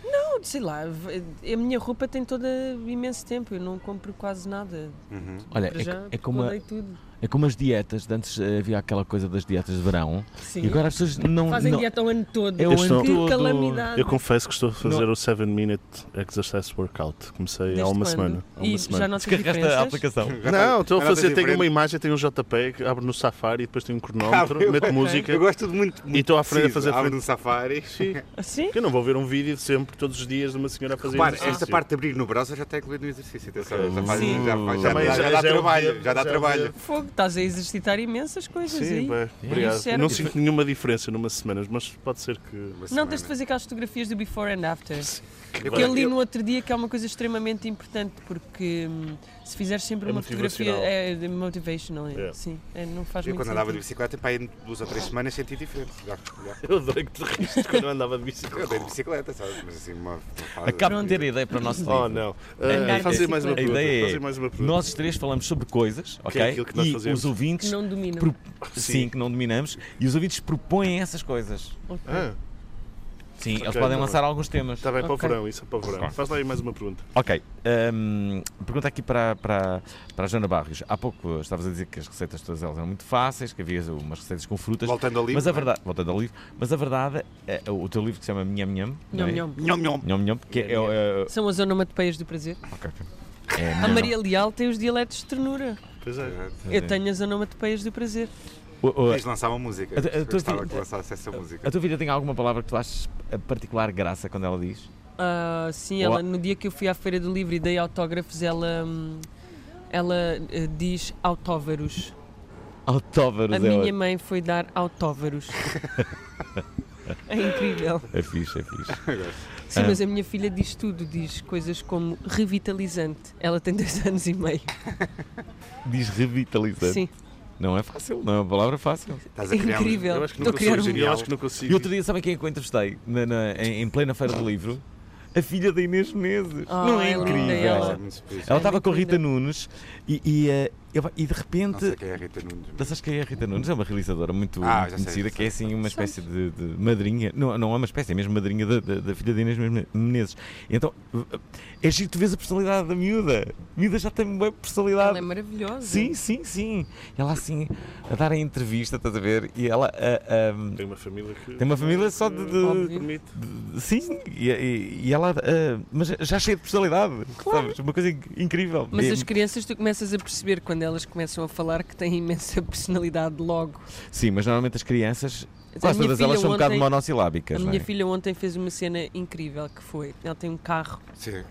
não, sei lá, v- a minha roupa tem toda imenso tempo, eu não compro quase nada. Uhum. Olha, Para já, é, é, como a- guardei tudo. é como as dietas. de Antes eh, havia aquela coisa das dietas de verão. Sim. E agora as pessoas não. Fazem não- dieta o ano todo. É o que ano todo. calamidade. Eu confesso que estou a fazer o 7 Minute Exercise Workout. Comecei há Desde uma quando? semana. Há uma e semana. já notas Descarregaste a diferenças? aplicação. Não, estou [LAUGHS] a Já notas fazer. Tenho diferente. uma imagem, tenho um JPEG, que abro no Safari, depois tenho um cronómetro, Abre, meto ok. música. Eu gosto de muito. muito estou à frente a preciso. fazer Abre frente. no safari. Sim. Assim? Porque eu não vou ver um vídeo sempre, todos os dias, de uma senhora a fazer Repara, exercício. esta parte de abrir no browser já está incluído no exercício. Atenção, Ok. já, faz, Sim. já, faz, Também já, já- já dá já é o trabalho. dedo, Já dá já é o trabalho. dedo. Fogo, estás a exercitar imensas coisas aí. Sim, bem, Isso obrigado. era- Não sinto nenhuma diferença numas semanas, mas pode ser que. Não tens de fazer aquelas fotografias do before and after. Eu- Que eu li eu- no outro dia que é uma coisa extremamente importante, porque hum, se fizeres sempre É uma fotografia é motivacional. é motivational, é, Yeah. sim, é, não faz Eu muito quando andava sentido. de bicicleta, pá, em duas ou três semanas senti diferente. Já, já. Eu adorei que te riste quando eu andava de Eu bicicleta. andei de bicicleta, sabes? Mas assim, uma, uma fase- Acabo de ter a ideia para o nosso livro. Oh, não. ideia- Uh, fazer mais uma a pergunta. ideia é- fazer mais uma pergunta. Nós três falamos sobre coisas, ok? é aquilo que nós e fazemos. os ouvintes, Que não domino. pro- sim. que não dominamos, e os ouvintes propõem essas coisas. Ok. Ah, Sim, eles Ok, podem tá lançar alguns temas. está bem para o Ok. verão, isso é para o verão. Faz lá aí mais uma pergunta. Ok, hum, pergunta aqui para, para, para a Joana Barrios. Há pouco estavas a dizer que as receitas todas elas eram muito fáceis, que havia umas receitas com frutas. Voltando ao livro. mas a não é? verdade, voltando ao livro, mas a verdade, é, o teu livro que se chama Minha Minham, Nham, nham. Nhom, nhom. Minham Minham, é? que é, é, é, São as onomatopeias do prazer. é A Nham Maria Leal tem os dialetos de ternura. Pois é. Nham. Eu tenho as onomatopeias do prazer. O- o- Tens de lançar uma música. Eu- eu Eu tô a gostava fi- que lançasse essa música. A tua vida tem alguma palavra que tu achas a particular graça quando ela diz? Ah, sim, Olá. ela, no dia que eu fui à Feira do Livro e dei autógrafos, ela, hum, ela eh, diz autóvaros. Autóvaros A é minha ótimo. mãe foi dar autóvaros. é incrível. É fixe, é fixe. [LAUGHS] Sim, Ah. mas a minha filha diz tudo, diz coisas como revitalizante. Ela tem dois [LAUGHS] anos e meio. Diz revitalizante. Sim, Não é fácil, não é uma palavra fácil. Estás é a criar um- incrível. Eu acho que Estou não a criar consigo. um. Eu acho que não E consigo. outro dia, sabem quem é que eu entrevistei na, na- em, em plena Feira do Livro? A filha da Inês Menezes. Ah, não é é linda incrível? ela. Ela é ela muito específica. estava muito com a Rita linda. Nunes e, e, eh, eu- e de Não repente. sei quem é a Rita Nunes. Não sabes quem é a Rita Nunes? É uma realizadora muito Ah, já sei, conhecida, já que é sei. assim uma espécie de, de madrinha, não, não é uma espécie, é mesmo madrinha da, da, da filha de Inês Menezes. Então, é giro, que tu vês a personalidade da miúda. A miúda já tem uma boa personalidade. Ela é maravilhosa. Sim, sim, sim. Ela assim, a dar a entrevista, estás a ver? E ela a- a- Tem uma família que. tem uma família só de. de- Óbvio. Permite. de- sim, e, e- e ela. ah, mas já cheia de personalidade, sabes? Uma coisa inc- incrível. Mas E- as crianças tu começas a perceber quando elas começam a falar que têm imensa [LAUGHS] personalidade logo. Sim, mas normalmente as crianças, A quase minha todas filha elas são um bocado ontem- monossilábicas. A não minha é? filha ontem fez uma cena incrível que foi. Ela tem um carro Sim.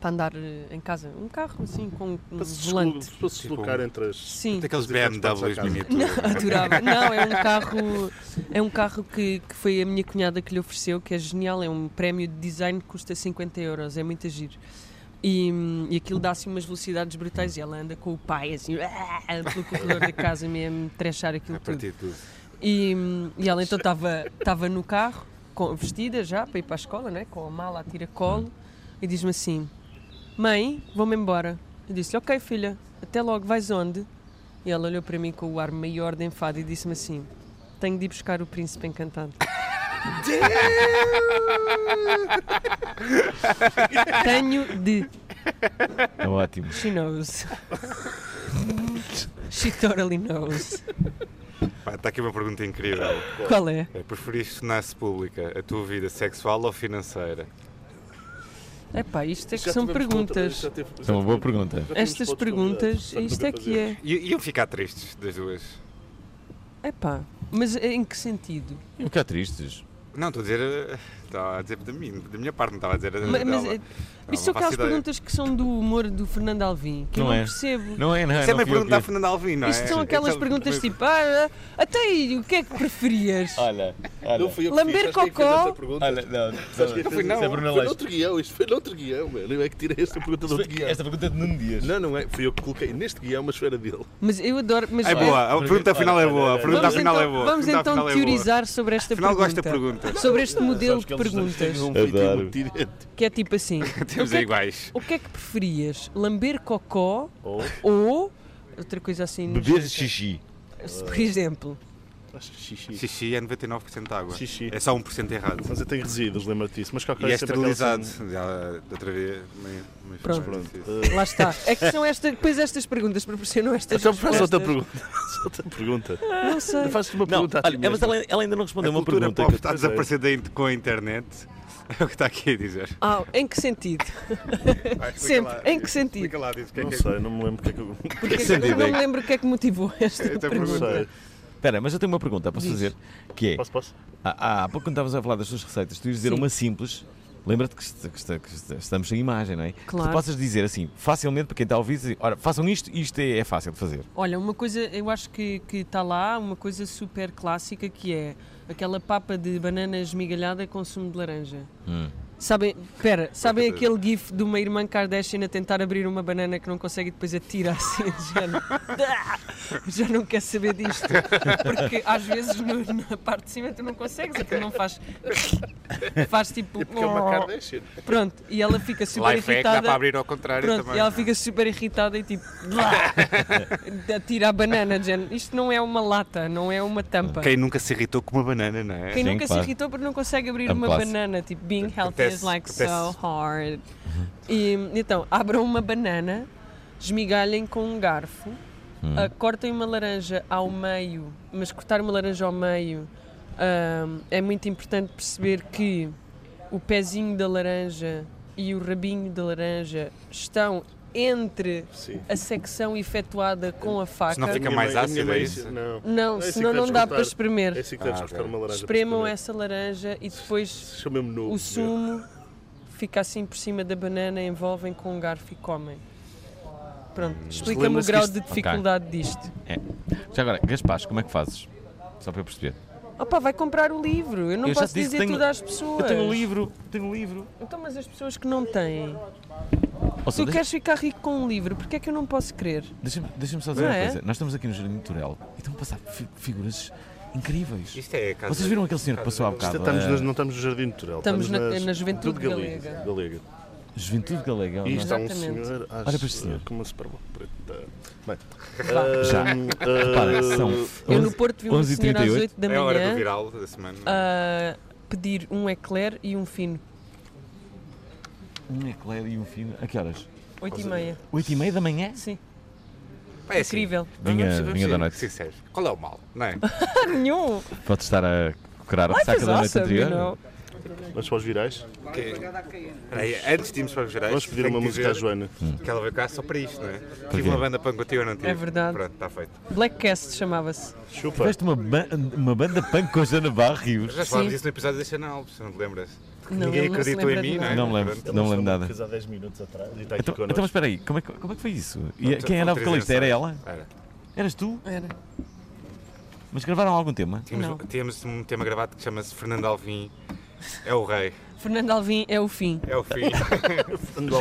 para andar eh, em casa. Um carro, assim, com um Para se volante. deslo- para se deslocar entre as. Sim. Daqueles Diferentes partes da BMWs casa. [LAUGHS] miniaturas. Adorava. Não, é um carro, é um carro que, que foi a minha cunhada que lhe ofereceu, que é genial. É um prémio de design que custa 50 euros, é muito giro. E, hum, e aquilo dá assim umas velocidades brutais e ela anda com o pai assim [LAUGHS] pelo corredor da casa mesmo trechar aquilo A tudo. partir de tudo. E, hum, e ela então estava no carro, com- vestida já, para ir para a escola, né? com a mala a tiracolo, e diz-me assim: Mãe, vou-me embora. Eu disse: Ok, filha, até logo, vais onde? E ela olhou para mim com o ar maior de enfado e disse-me assim: Tenho de ir buscar o príncipe encantado. Tenho de. É ótimo. She knows. She totally knows. Está aqui uma pergunta incrível. Qual é? É, Preferiste tornar-se pública a tua vida sexual ou financeira? Epá, isto é que Já são tivemos perguntas. outra- já tive- É já uma boa tive- pergunta. já tivemos Estas outros perguntas, convidados, portanto, isto não é que é. I- Iam ficar tristes das duas. Epá, mas em que sentido? E um bocado tristes. Não, estou a dizer. eh, Estava a dizer da minha, da minha parte, não estava a dizer da Ma- mas, dela. eh, Não, isto são não Hum, faço aquelas ideia. perguntas que são do humor do Fernando Alvim, que eu Não não é. percebo. Não é, não é? Isso é não uma fui eu pergunta à que- Fernanda Alvim, não é? Isto são aquelas Então, perguntas mas- tipo, ah, ah, até aí, o que é que preferias? Ah. Olha, tive- Não olha. fui eu que fiz, Lamber sabes quem é que fez cocó? essa pergunta? Olha, não, Sabes quem é não. que fez Foi não. essa Isso é Bruno Foi Leixo. noutro guião, isto foi noutro guião, mano. Eu é que tirei esta pergunta do outro guião. Esta pergunta é de Nuno Dias. Não, não é. Fui eu que coloquei neste guião, mas foi era dele. Mas eu adoro. Mas É boa, a Olha, pergunta final é olha, boa. A olha, pergunta tipo Vamos final então, é boa. a vamos pergunta então final é boa. teorizar sobre esta Afinal, gosto pergunta. da pergunta. Sobre este modelo Sabes que de eles perguntas, dois têm um Adoro. feitiço muito idêntico. que é tipo assim: o [LAUGHS] Temos que é, que, iguais. o que é que preferias? Lamber cocó Ou- ou. Outra coisa assim. Beber xixi. Por exemplo, Acho que xixi. Xixi é 99% de água. Xixi. É só 1% errado. Mas eu tenho resíduos, lembra-te disso. Mas qualquer E é coisa sempre aquela esterilizado. cena- Já, da outra vez. me- me- Pronto. Pronto. Pronto. lá está. É que são estas. Depois estas perguntas proporcionam estas. Então faz outra respostas. pergunta. [LAUGHS] Faz outra pergunta. Não sei. Faz-te uma Não, pergunta a ti olha, mas mesmo. ela, ela ainda não respondeu A uma cultura pergunta. pop que eu- está a desaparecer da in- com a internet. [LAUGHS] É o que está aqui a dizer. Ah, em que sentido? Sempre. Em que sentido? Explica lá, diz o que é Não que é. sei, não me lembro o que é que [LAUGHS] eu. Porque que sentido eu não é me que- lembro o que é que motivou esta pergunta. Esta pergunta. Sei. Espera, mas eu tenho uma pergunta, posso Diz. fazer? Que é, Posso, posso? ah, há, há pouco quando estavas a falar das tuas receitas, tu ias dizer Sim. uma simples, lembra-te que, est- que est- que est- estamos sem imagem, não é? Que Claro. tu possas dizer assim, facilmente, para quem está a ouvir, dizer, ora, façam isto, isto é, é fácil de fazer. Olha, uma coisa, eu acho que que está lá, uma coisa super clássica que é aquela papa de banana esmigalhada com sumo de laranja. Hum. Sabem, pera, sabem certeza. aquele gif de uma irmã Kardashian a tentar abrir uma banana que não consegue e depois atira assim, [LAUGHS] já não, já não quer saber disto. Porque às vezes no- na parte de cima tu não consegues, aquilo não faz. [LAUGHS] Faz tipo. Porque é uma Kardashian. Pronto, e ela fica super Life hack dá irritada. para abrir ao contrário Tipo, Pronto, também. e ela não é? fica super irritada e tipo, [LAUGHS] lá, tira a banana, Jen. Isto não é uma lata, não é uma tampa. Quem nunca se irritou com uma banana, não é? Quem Sim, nunca claro. se irritou porque não consegue abrir É um uma clássico. banana, tipo, being healthy is Acontece, like so acontece. hard. Uhum. E, então, abram uma banana, esmigalhem com um garfo, Hum. ah, cortem uma laranja ao meio, mas cortar uma laranja ao meio ahm, é muito importante perceber que o pezinho da laranja e o rabinho da laranja estão entre Sim. a secção efetuada com a faca. Senão fica Minha mais mãe- a minha ácido, mãe é disse- isso? Não. Não, É assim que senão deves não dá cortar. para espremer. É assim que deves Ah, cortar ok. uma laranja. Espremam essa laranja e depois Chamei-me novo. o sumo fica assim por cima da banana, envolvem com um garfo e comem. Pronto, Hum, explica-me o lembra-se grau que isto- de dificuldade disto. É. Já agora, Gaspar, como é que fazes? Só para eu perceber. Opa, vai comprar o livro, eu não Eu já posso te disse dizer que tenho- tudo às pessoas. Eu tenho um livro, tenho um livro. Então, mas as pessoas que não têm, Ou se tu seja, queres ficar rico com um livro, porque é que eu não posso querer? Oh, deixa-me deixa-me só dizer Não uma é? coisa. Nós estamos aqui no Jardim de Torel e estão a passar fi- figuras incríveis. Isto é a casa. Vocês viram aquele senhor que passou há Tá bocado? é, Estamos eh, nas- não estamos no Jardim Natural. Estamos na- nas- na Juventude tudo galega. Galega. galega. Juventude Galega. E está um Exatamente. senhor, acho, para este senhor. com uma superbola preta. Bem, Vá. Já. ahm, Repara, ah, são Eu no 11 Porto vi uma senhora às 11h38. 8 da É a hora do manhã Ah, viral da semana. a é? pedir um eclair e um fino, Um eclair e um fino. A que horas? 8 e meia, 8 e meia da manhã? sim, É assim, incrível. vamos- Vinha- vamos vinha da ser noite. Sinceros. Qual é o mal? Não é? Nenhum, Pode estar a curar a life ressaca is da noite awesome, you anterior? know. Vamos para os virais. Peraí, antes de irmos para os gerais, Vamos pedir tenho uma que música à dizer Joana. Que ela veio cá só para isto, não é? Tive uma banda punk contigo, eu não tive. É verdade. Pronto, está feito. Blackcast chamava-se. Chupa. Tiveste uma, ba- uma banda punk com a Joana Barrios. Já falámos Sim. isso no episódio da Chanel, se não te lembras. Não, Ninguém ele não se acreditou em lembra de mim, não nada. é? Não me lembro, não me lembro nada. Há 10 minutos atrás e está aqui Então, então, connosco. mas espera aí, como é, que, como é que foi isso? E Pronto, quem era foram a três vocalista? Era ela? ensaios. Era. Eras tu? Era. Mas gravaram algum tema? Não. Tínhamos, tínhamos um tema gravado que chama-se Fernando Alvim. É o rei, Fernando Alvim é o fim. é o fim.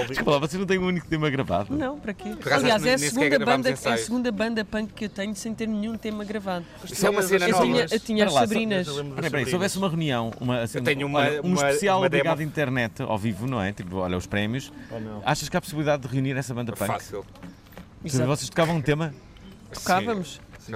Desculpa lá, vocês não têm um único tema gravado? Não, para quê? acaso, Aliás, é a, nem sequer segunda gravámos banda, é a ensaios. segunda banda punk que eu tenho sem ter nenhum tema gravado. Isso é uma cena Eu nova. tinha, eu tinha Espera as lá, só- Sabrinas. Eu lembro Olha, das peraí, se houvesse uma reunião, uma, assim, Eu tenho uma- olha, um uma- especial uma ligado à demo. Oh, internet ao vivo, não é? Tipo, olha, os prémios. Achas que há possibilidade de reunir essa banda punk? É Fácil. Portanto, Exato. Vocês tocavam um tema? Tocávamos. Sim,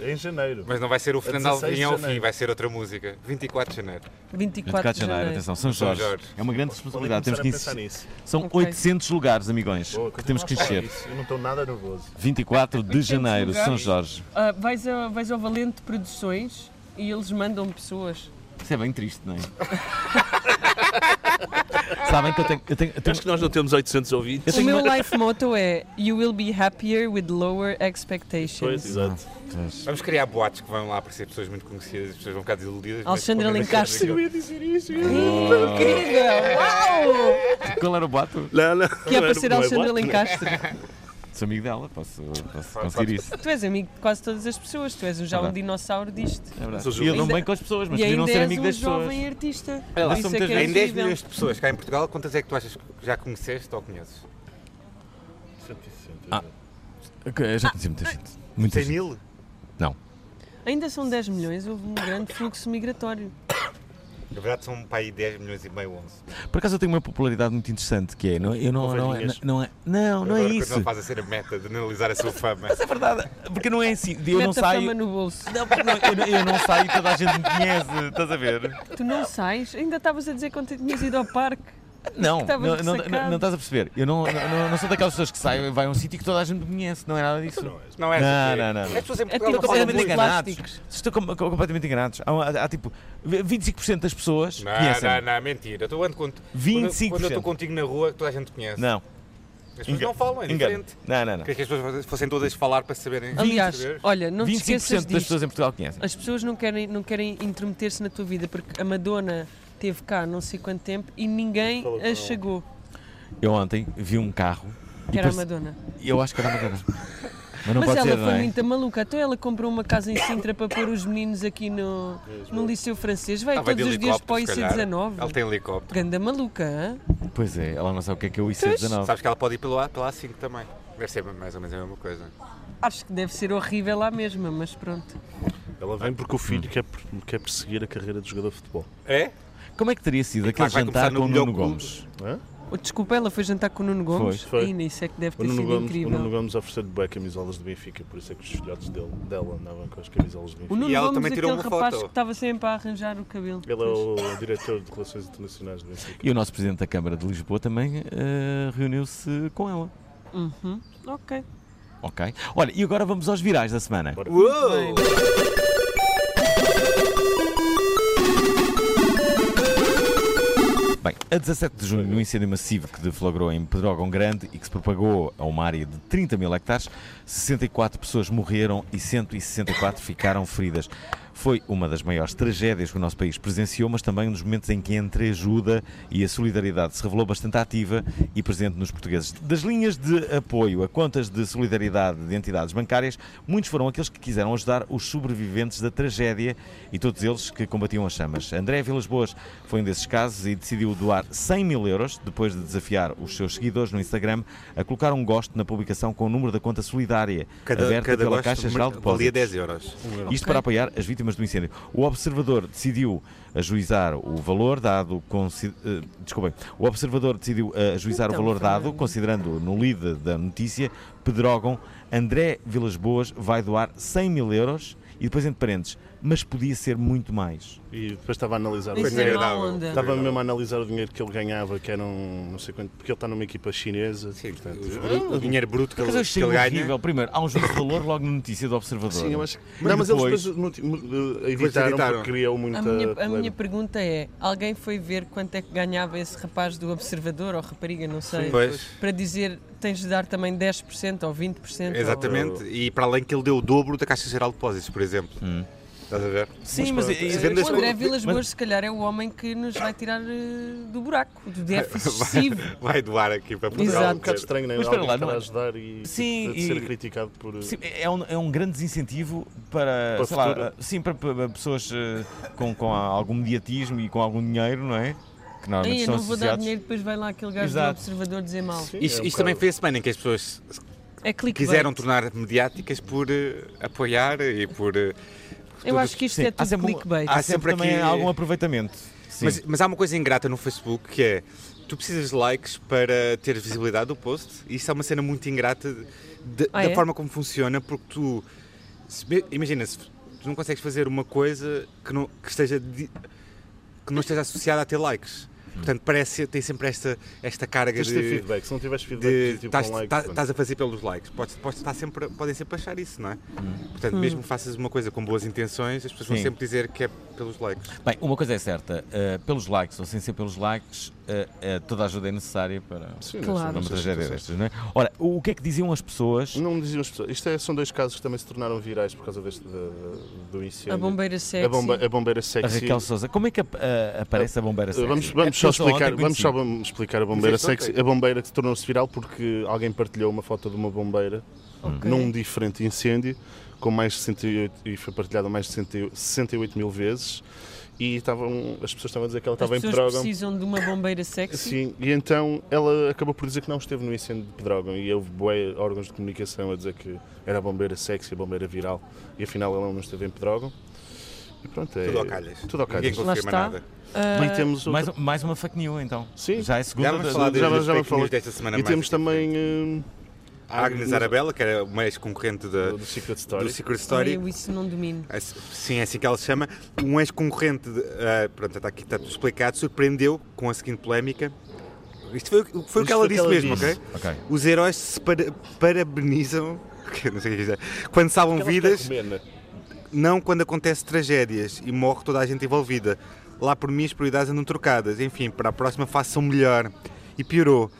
Em janeiro. Mas não vai ser o Fernando 16 Alvim de ao fim, janeiro. vai ser outra música. 24 de janeiro. 24 24 de de janeiro, janeiro. atenção, São São Jorge. Jorge. É uma grande Podem responsabilidade. Temos começar que a pensar ins- nisso. São Ok. 800 lugares, amigões, Boa, que temos que continua a falar encher. disso. Eu não estou nada nervoso. 24 de 800 janeiro, São lugares. Jorge. Ah, vais, a, vais ao Valente Produções e eles mandam pessoas. Isso é bem triste, não é? [LAUGHS] Sabem que eu tenho. Eu tenho, eu tenho- Acho que nós não temos 800 ouvintes. O meu life motto é You will be happier with lower Pois, expectations. exato. Vamos criar boates que vão lá aparecer pessoas muito conhecidas, as pessoas vão ficar desiludidas. mas Alexandre pelo menos Alencastre. aquilo- Incrível! Uau! Qual era o boato? Não, não. Que é não para é- ser não é Alexandre boato. Alencastre. Sou amigo dela, posso, posso conseguir isso. É Tu és amigo de quase todas as pessoas, tu és um- já um Verdade. dinossauro disto. É verdade. Sou E eu não Ainda- bem com as pessoas, mas E podia não ainda ser és amigo um das pessoas. jovem artista. lá, Isso são é que muitas é Em 10 incrível. milhões de pessoas cá em Portugal, quantas é que tu achas que já conheceste ou conheces? 160. Ah. Ok, eu já conheci muita gente. Muita 100 gente. mil? Ainda são 10 milhões, houve um grande fluxo migratório. Na verdade são para aí 10 milhões e meio, 11. Por acaso eu tenho uma popularidade muito interessante que é. Não, eu não, não, é- Ovelhinhas. não é. Não, não é Agora, isso. Quando ele faz a ser a meta de analisar a sua fama. É verdade. Porque não é assim. Eu não Mete a fama saio. no bolso. Não, porque não, eu, não- eu não saio e toda a gente me conhece. Estás a ver? Tu não sais? Ainda estavas a dizer quando tinhas ido ao parque. Não, não, estavas não, não, ressacado. não estás a perceber. Eu não, não, não- não sou daquelas pessoas que saem e vai a um sítio que toda a gente me conhece. Não é nada disso. Não é Não, porque não, não. As pessoas em É tipo Portugal não falam ser completamente muito. de- enganados. plásticos. Estou com- com- completamente enganados. Há, há- há, tipo 25% das pessoas Não, conhecem. não, não, mentira. Eu ando contigo. 25%. Quando eu estou contigo na rua, toda a gente te conhece. Não, As pessoas não falam, é engano. diferente. Não, não, não. Queria que as pessoas fossem todas falar para saberem. Aliás, perceber? olha, não te 25% esqueças das disto. pessoas em Portugal conhecem. As pessoas não querem, não querem intrometer-se na tua vida porque a Madonna teve cá não sei quanto tempo e ninguém Falou com a ela. chegou. Eu ontem vi um carro. e Que era a parece- Madonna. Eu acho que era a Madonna. Mas não Mas pode ela ser, não foi é? muito maluca. Então ela comprou uma casa em Sintra para pôr os meninos aqui no, no Liceu Francês. Vai Ah, vai de todos os dias helicóptero, para o se calhar. Ela IC19. tem helicóptero. Ganda maluca, hã? Pois é, ela não sabe o que é que é o IC19. Sabes que ela pode ir pelo A, pela A5 também. Deve ser mais ou menos a mesma coisa. Acho que deve ser horrível lá mesma, mas pronto. Ela vem porque o filho quer, quer perseguir a carreira de jogador de futebol. É? Como é que teria sido claro aquele que vai jantar começar com no o melhor Nuno clube. Gomes? Oh, Desculpa, ela foi jantar com o Nuno Gomes? Foi. Ainda isso é que deve O ter Nuno, sido Gomes, o incrível. Nuno Gomes ofereceu-lhe bem camisolas do Benfica, por isso é que os filhotes dele, dela andavam com as camisolas do O Benfica. Nuno E ela Gomes, também tirou aquele uma rapaz foto. que estava sempre a arranjar o cabelo. Ele é o diretor de Relações Internacionais do Benfica. E o nosso Presidente da Câmara de Lisboa também eh, reuniu-se com ela. Uhum. Ok. Ok. Olha, e agora vamos aos virais da semana. Bora. Uou! Bem, a 17 de junho, no incêndio massivo que deflagrou em Pedrógão Grande e que se propagou a uma área de 30 mil hectares, 64 pessoas morreram e 164 ficaram feridas. Foi uma das maiores tragédias que o nosso país presenciou, mas também um dos momentos em que a entreajuda e a solidariedade se revelou bastante ativa e presente nos portugueses. Das linhas de apoio a contas de solidariedade de entidades bancárias, muitos foram aqueles que quiseram ajudar os sobreviventes da tragédia e todos eles que combatiam as chamas. André Vilas Boas foi um desses casos e decidiu doar 100 mil euros, depois de desafiar os seus seguidores no Instagram a colocar um gosto na publicação com o número da conta solidária aberta pela Caixa Geral de valia Depósitos. 10 euros. Isto para apoiar as vítimas do incêndio. O observador decidiu ajuizar o valor dado. Consi... eh, desculpem. O observador decidiu eh, ajuizar Então, o valor dado, Fernando. considerando no lead da notícia Pedrógão André Vilas Boas vai doar 100 mil euros e depois, entre parênteses, mas podia ser muito mais. E depois estava a analisar o Isso Coisa é dinheiro. má agradável. onda. Estava mesmo a analisar o dinheiro que ele ganhava, que era um, não sei quanto, porque ele está numa equipa chinesa. Sim, portanto, o, o dinheiro bruto que Mas ele, que eu achei ele ganha. horrível. Primeiro, há um jogo de valor logo na notícia do Observador. né? Sim, eu acho que. Mas não, mas depois- eles depois no- no- eh, evitaram editaram. porque criou muita. A minha, a minha polémica. pergunta é: alguém foi ver quanto é que ganhava esse rapaz do Observador ou rapariga, não sei, Pois, para dizer tens de dar também 10% ou 20%? ou- exatamente. E para além que ele deu o dobro da Caixa Geral de Depósitos, por exemplo. Hum. Estás a ver? Sim, mas, pronto, eh, se vendes- O é André Vilas mas- Boas, se calhar, é o homem que nos vai tirar eh, do buraco, [LAUGHS] do déficit excessivo. Vai doar aqui para Mas Portugal. É um bocado estranho, né? Mas espera Alguém lá, estar não é- a ajudar e tipo, Sim, de ser e- criticado por. Sim, é, um, é um grande desincentivo para, Para o sei lá, futuro. ah, sim, para, para pessoas eh, com, com algum mediatismo e com algum dinheiro, não é? Que normalmente Aí eu são não vou dar associados. dinheiro, depois vai lá aquele gajo Exato. do Observador dizer mal. Sim, Isto, é um isto também bocado- foi a semana em que as pessoas se É clique. quiseram tornar mediáticas por eh, apoiar e por. eh, Eu acho que isto Sim, é há tudo sempre, um- clickbait. há sempre Sempre também aqui- algum aproveitamento. é. Sim. Mas, mas há uma coisa ingrata no Facebook que é tu precisas de likes para ter visibilidade do post e isso é uma cena muito ingrata de- Ah, da é? forma como funciona porque tu se me- imagina se tu não consegues fazer uma coisa que não, que esteja di- que não esteja associada a ter likes. Portanto, parece tem sempre esta, esta carga Tens de ter de, feedback. Se não tiveres feedback tipo de positivo estás com tipo um like, tá- pronto. estás a fazer pelos likes. Podes, podes estar sempre, podem sempre achar isso, não é? Hum. Portanto, Hum. mesmo que faças uma coisa com boas intenções, as pessoas vão Sim. sempre dizer que é pelos likes. Bem, uma coisa é certa, eh, pelos likes ou sem ser pelos likes, eh, eh, toda a ajuda é necessária para Sim, Claro. não sei, para uma não sei, tragédia não sei. destas, não é? Ora, o que é que diziam as pessoas? Não me diziam as pessoas. Isto é- são dois casos que também se tornaram virais por causa deste, da- do incêndio. A bombeira sexy. A, bomba- a bombeira A sexy. Raquel Sousa, como é que ap- a- aparece a bombeira sexy? Vamos, É vamos, que só eu ontem explicar, vamos conheci. só vamos explicar a bombeira Dizeste ontem. sexy. A bombeira que tornou-se viral porque alguém partilhou uma foto de uma bombeira Ok. num diferente incêndio com mais de 68 e foi partilhada mais de 68 68 mil vezes e estavam, as pessoas estavam a dizer que ela As estava em pessoas Pedrógão. precisam de uma bombeira sexy. Sim, e então ela acabou por dizer que não esteve no incêndio de Pedrógão e houve bué órgãos de comunicação a dizer que era a bombeira sexy, a bombeira viral e afinal ela não esteve em Pedrógão. E pronto, é, Tudo ao calhas. Tudo ao calhas. Ninguém Lá confirma está. nada. Ah, E temos outra- Mais, mais uma fake news, então. Sim. Já é a segunda. Já vamos da- falar da- de- já, das já fake falei. news desta semana E mais temos aqui. também hum, A Agnes Arabella, que era uma ex-concorrente da- do do Secret do Story. Secret ai, Story. é eu isso não domino. Ass- Sim, é assim que ela se chama. Um ex-concorrente, de- ah, pronto, está aqui está tudo explicado, surpreendeu com a seguinte polémica. Isto foi, o que- foi o que Isto ela foi o que disse ela mesmo, disse. ok? Ok. Os heróis se para- parabenizam [LAUGHS] que eu não sei o que dizer, quando salvam tá vidas, né? não quando acontece tragédias e morre toda a gente envolvida. Lá por mim as prioridades andam trocadas. Enfim, para a próxima façam melhor. E piorou.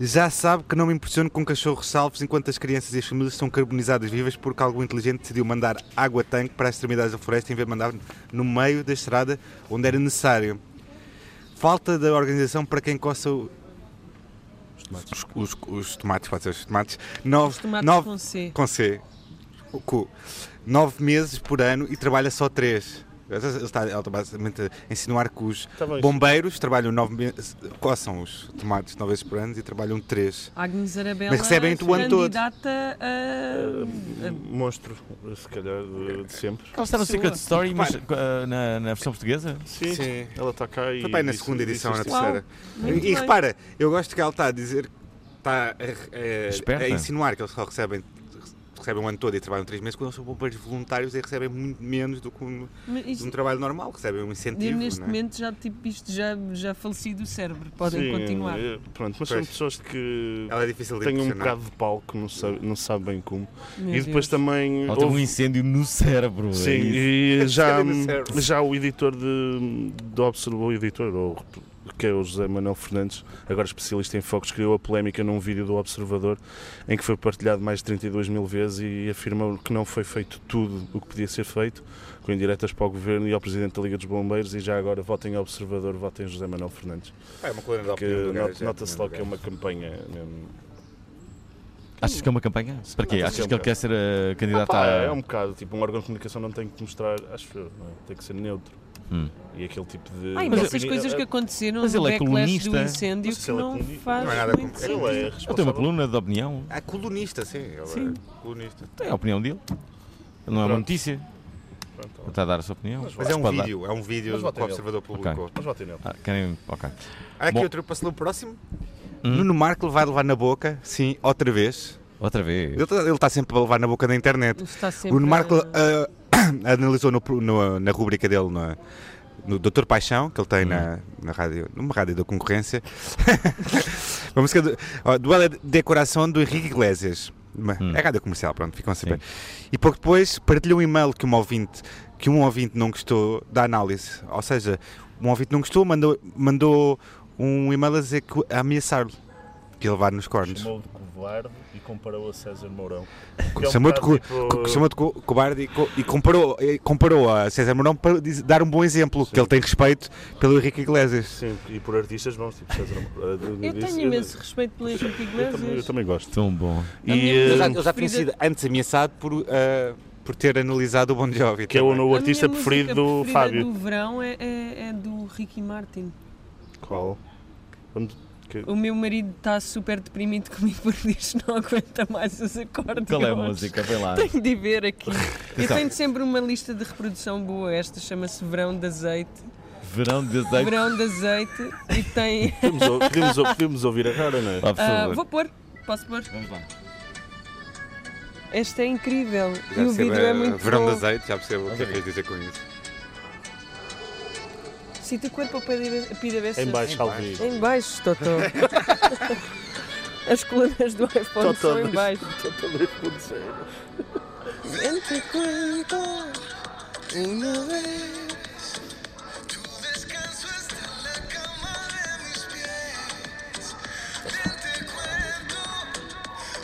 Já sabe que não me impressiono com cachorros salvos enquanto as crianças e as famílias são carbonizadas vivas porque algum inteligente decidiu mandar água-tanque para as extremidades da floresta em vez de mandar no meio da estrada onde era necessário. Falta da organização para quem coça o- os, os- os tomates, pode ser os tomates. Nove, Os tomates nove- com C. com C. O cu. Nove meses por ano e trabalha só três. Ele está, ele está basicamente a insinuar que os Tá bem. bombeiros trabalham nove meses, coçam os tomates nove vezes por ano e trabalham três. Agnes Arabella Mas recebem-te o ano todo. candidata a... Monstro, se calhar, de, de sempre. Ela está no Pessoa. Secret Story, mas ah, na, na versão portuguesa? Sim, Sim. ela está cá e. Foi bem na disse- segunda edição, na disse isto. Uau, terceira. muito e bem. repara, eu gosto que ela está a dizer, está a- a, a Esperta. insinuar que eles só recebem, recebem o ano todo e trabalham três meses, quando eles são bombeiros voluntários e recebem muito menos do que um, Mas de isto- um trabalho normal, recebem um incentivo. eu neste não é? momento já, tipo, isto já, já falecido o cérebro. Podem Sim, continuar. é, Pronto, mas são Pois. pessoas que Ela é difícil de têm um impressionar. bocado de palco, não sabem não sabe bem como. Meu e Deus. depois também. Ela teve um houve- incêndio no cérebro. é Sim, isso. e [LAUGHS] já, Escreve no cérebro. já o editor de, do Observou, o editor, ou, que é o José Manuel Fernandes, agora especialista em focos, criou a polémica num vídeo do Observador em que foi partilhado mais de 32 mil vezes e afirma que não foi feito tudo o que podia ser feito, com indiretas para o Governo e ao Presidente da Liga dos Bombeiros. E já agora votem Observador, votem José Manuel Fernandes. É uma coluna de Que opinião do gajo, not- é, nota-se do logo que é gajo. uma campanha mesmo. Achas que é uma campanha? Para quê? Não, Achas sim, que ele um quer ser ah, candidato tá- Pá, a. é um bocado, tipo, um órgão de comunicação não tem que mostrar, acho eu, não é? tem que ser neutro. Hum. E aquele tipo de. Ai, mas Mas essas eu- coisas que aconteceram mas no ele é backlash do colunista. incêndio Não sei se que ele é não colunista. faz Não é nada muito com- sentido. Ele é Ele tem uma responsável. coluna de opinião. É colunista, sim. ele é Sim. colunista. Tem a opinião dele. Não é uma Pronto. notícia. Ele Pronto, está a dar a sua opinião. Mas é um Pode dar. vídeo, é um vídeo Mas que votem o Observador publicou. mas votem nele. Ah, querem. Ok. Há aqui Bom. Hum. outro passou o próximo. Nuno Marco vai levar na boca, sim, outra vez. tá, Outra vez. Ele está sempre a levar na boca da internet. Está sempre um- Nuno é- Marco a- ah, [COUGHS] analisou no- no- na rubrica dele na- no Doutor Paixão, que ele tem na, na rádio, numa rádio da concorrência, [LAUGHS] uma música do, ó, Duelo de Decoração do Henrique Iglesias. Uma- É rádio comercial, pronto, ficam a saber. E pouco depois partilhou um e-mail que um ouvinte, que um ouvinte não gostou da análise. Ou seja, um ouvinte não gostou, mandou, mandou um e-mail a dizer que a ameaçar-lhe. Que ele vai nos cornos. Chamou de covarde e comparou a César Mourão. é um Chamou de, co- tipo- co- chamou de co- cobarde e, co- e comparou, e comparou a César Mourão para diz- dar um bom exemplo, que ele tem respeito pelo Henrique Iglesias. Sim, e por artistas bons, tipo César Mourão. Eu tenho imenso respeito pelo Henrique Eu também, eu Iglesias. também gosto. [LAUGHS] Tão bom. E, minha- eh, Eu já- Eu já tinha sido Preferida- antes ameaçado por, ah, por ter analisado o Bon Jovi. que é o, também. o A minha artista música preferido do preferida Fábio. do verão é, é- é do Ricky Martin. Qual? Vamos- que- O meu marido está super deprimido comigo [LAUGHS] porque diz que não aguenta mais os acordes. Qual é a música? Vem lá. Tenho de ver [LAUGHS] aqui. Eu Atenção. tenho sempre uma lista de reprodução boa. Esta chama-se Verão de Azeite. Verão de azeite. Verão de Azeite e [LAUGHS] tem. Podemos, ou- podemos, ou- podemos ouvir agora, não é? Ah, por Ah, favor. vou pôr. Posso pôr? Vamos lá. Esta é incrível. e Já o percebo, vídeo é ah, muito Verão de bom. azeite, já percebo o que é que Ok. queres dizer com isso. Sinto o corpo a pide- a pida Ah, Em baixo, Alvi. Em baixo, Totó. As colunas do iPhone são em baixo. Entre comigo.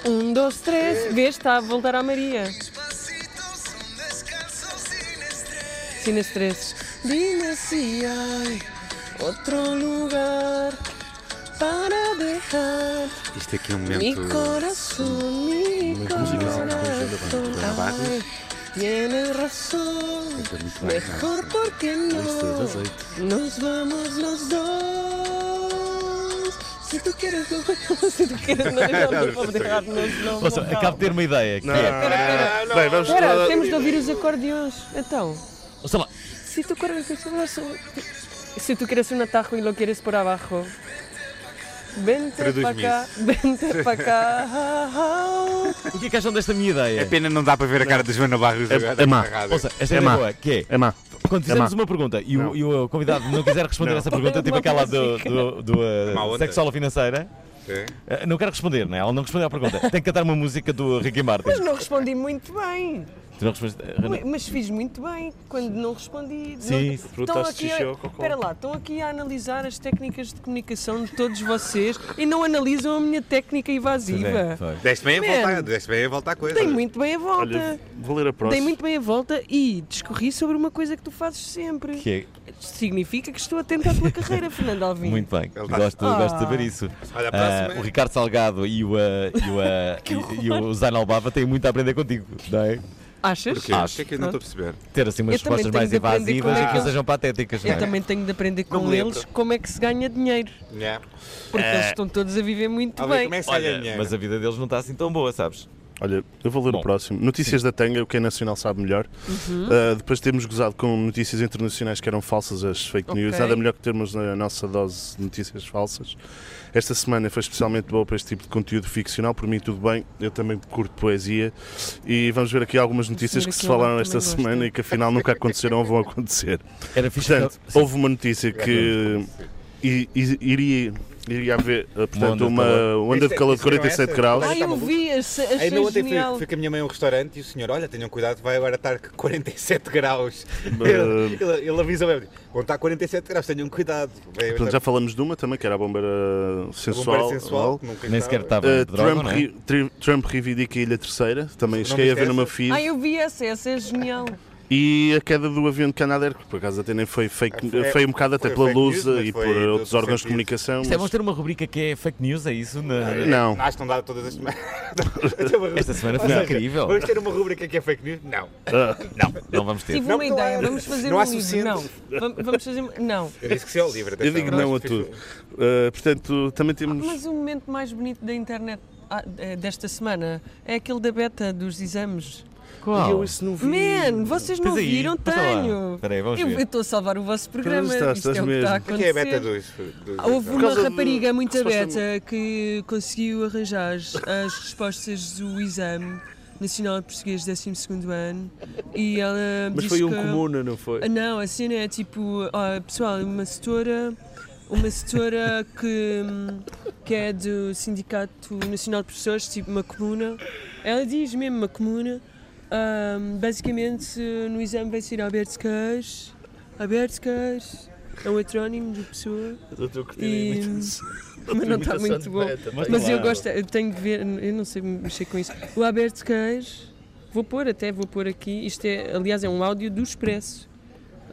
Um, dois, três. Vês, está a voltar à Maria. Sin estrés. Dime si hay otro lugar para dejar Isto aqui é um mi momento. corazón, mi corazón. Ay, Tienes razón. Mejor porque no nos vamos los dos. Si tú quieres, nos vamos. [LAUGHS] Si tú quieres, nos vamos. Por dejarnos los Ouça, vocal. acabo de ter uma ideia. Que é, Espera, espera. Bem, vamos Espera, temos de ouvir os acordeões. Então. ouça lá. Si tú quieres si tú quieres un atajo y lo quieres por abajo, vente Traduz-me para acá, vente para acá. O que é que acham desta minha ideia? É pena não dá para ver a cara de Joana Barros É- agora. tá é má. agarrada. Ouça, esta É é má. boa, que é, É má. quando É má. fizermos uma pergunta e o, Não. e o convidado não quiser responder Não. essa pergunta, tipo aquela do, do, do eh, Má onda. sexóloga financeira, É. eh, não quero responder, não é? Ela não respondeu à pergunta. Tem que cantar uma música do Ricky Martin. Mas não respondi muito bem. Tu não respondeste- eh, Ui, Renan, Mas fiz muito bem quando não respondi. Sim, Não- estão perguntaste aqui xixi a, ao cocó. Espera lá, estão aqui a analisar as técnicas de comunicação de todos vocês e não analisam a minha técnica evasiva. é, foi. Deste bem a Man. volta, deste bem a volta à coisa. Dei muito bem a volta. Olha, vou ler a Dei próxima. muito bem a volta e descorri sobre uma coisa que tu fazes sempre. Que Significa que estou atento à tua carreira, Fernando é Alvim. muito bem. está- Gosto, Ah. gosto de saber isso. Olha, a Ah, próxima. é- o Ricardo Salgado e o, eh, e o, eh, e, e o Zain Albava têm muito a aprender contigo, não é? Achas? Porquê? O que é que eu não estou a perceber? Ter assim umas Eu também respostas tenho mais de aprender evasivas com e que não eles. sejam patéticas, não Eu é? também tenho de aprender com Não me eles como é que se ganha dinheiro. Yeah. Porque É. eles estão todos a viver muito Ah, bem. como é que se ganha Olha, dinheiro? mas a vida deles não está assim tão boa, sabes? Olha, eu vou ler Bom. o próximo. Notícias da Tanga, o que é nacional sabe melhor. Uhum. Uh, depois temos gozado com notícias internacionais que eram falsas, as fake news. Ok. Nada melhor que termos na nossa dose de notícias falsas. Esta semana foi especialmente boa para este tipo de conteúdo ficcional. Por mim, tudo bem. Eu também curto poesia. E vamos ver aqui algumas notícias senhor que se aqui ao lado falaram esta também gosta. semana e que afinal nunca aconteceram ou vão acontecer. Era fixe. Portanto, que- houve uma notícia que i- i- iria, iria haver uh, portanto, onda de uma calor. onda de Isto é- calor de isto não é 47 essa? graus. Ai, eu vi, achei, achei Ainda ontem fui, genial. fui com a minha mãe a um restaurante e o senhor, olha, tenham cuidado, vai agora estar 47 graus. ele, ele, ele avisou mesmo, vão estar 47 graus, tenham cuidado. Tipo, é, Vai, Portanto, já falamos de uma também, que era a bombeira sensual. bombeiro sensual, que um nunca Nem sequer estava. estava Uh, de droga, Trump, não é? ri- tri- Trump reivindica a Ilha Terceira, também Não cheguei a ver viste numa essa? feed. Ai, eu vi essa, essa é genial. E a queda do avião de Canadair, que por acaso até nem foi fake, É, foi um bocado até foi pela fake news, Lusa mas e foi por do- outros do órgãos de sentido. comunicação. Isto é, vamos ter uma rubrica que é fake news, é isso? Na- Não. Acho que não dá todas as [LAUGHS] semanas. Até uma- Esta semana foi Ou seja, incrível. Vamos ter uma rubrica que é fake news? Não. Ah. Não vamos ter. Tive Não, uma ideia, claro. vamos fazer Não um há livro. suficiente. Não, Vam- vamos fazer. Não. Eu disse que se é o livro. Eu digo não a tudo. Uh, portanto, também temos. Ah, Mas o momento mais bonito da internet ah, eh, desta semana é aquele da beta dos exames. Qual? Eu isso não vi. Man, vocês não Tens aí? viram? Passa lá. Tenho. Espera aí, vamos Eu ver. eu estou a salvar o vosso programa. estás, Isto é estás o que está a mesmo. O que é a beta acontecer. dos. dos Houve dos- uma causa de- rapariga muito resposta- aberta que conseguiu arranjar as respostas do exame Nacional de Português, 12 ano. E ela Mas diz foi um que- comuna, não foi? Ah, Não, a cena é tipo, ó, pessoal, uma setora, uma setora que, hum, que é do Sindicato Nacional de Professores, tipo uma comuna. Ela diz mesmo uma comuna. Hum, basicamente, no exame vai ser Alberto Queijo. Alberto Queijo é um heterónimo de pessoa. Eu estou a curtir E- a imitação- [LAUGHS] a Mas não está imitação de muito bom. Beta, Mas tá é Mas eu claro. gosto, eu tenho de ver, eu não sei mexer com isso. O Alberto Queijo, vou pôr até, vou pôr aqui, isto é, aliás, é um áudio do Expresso.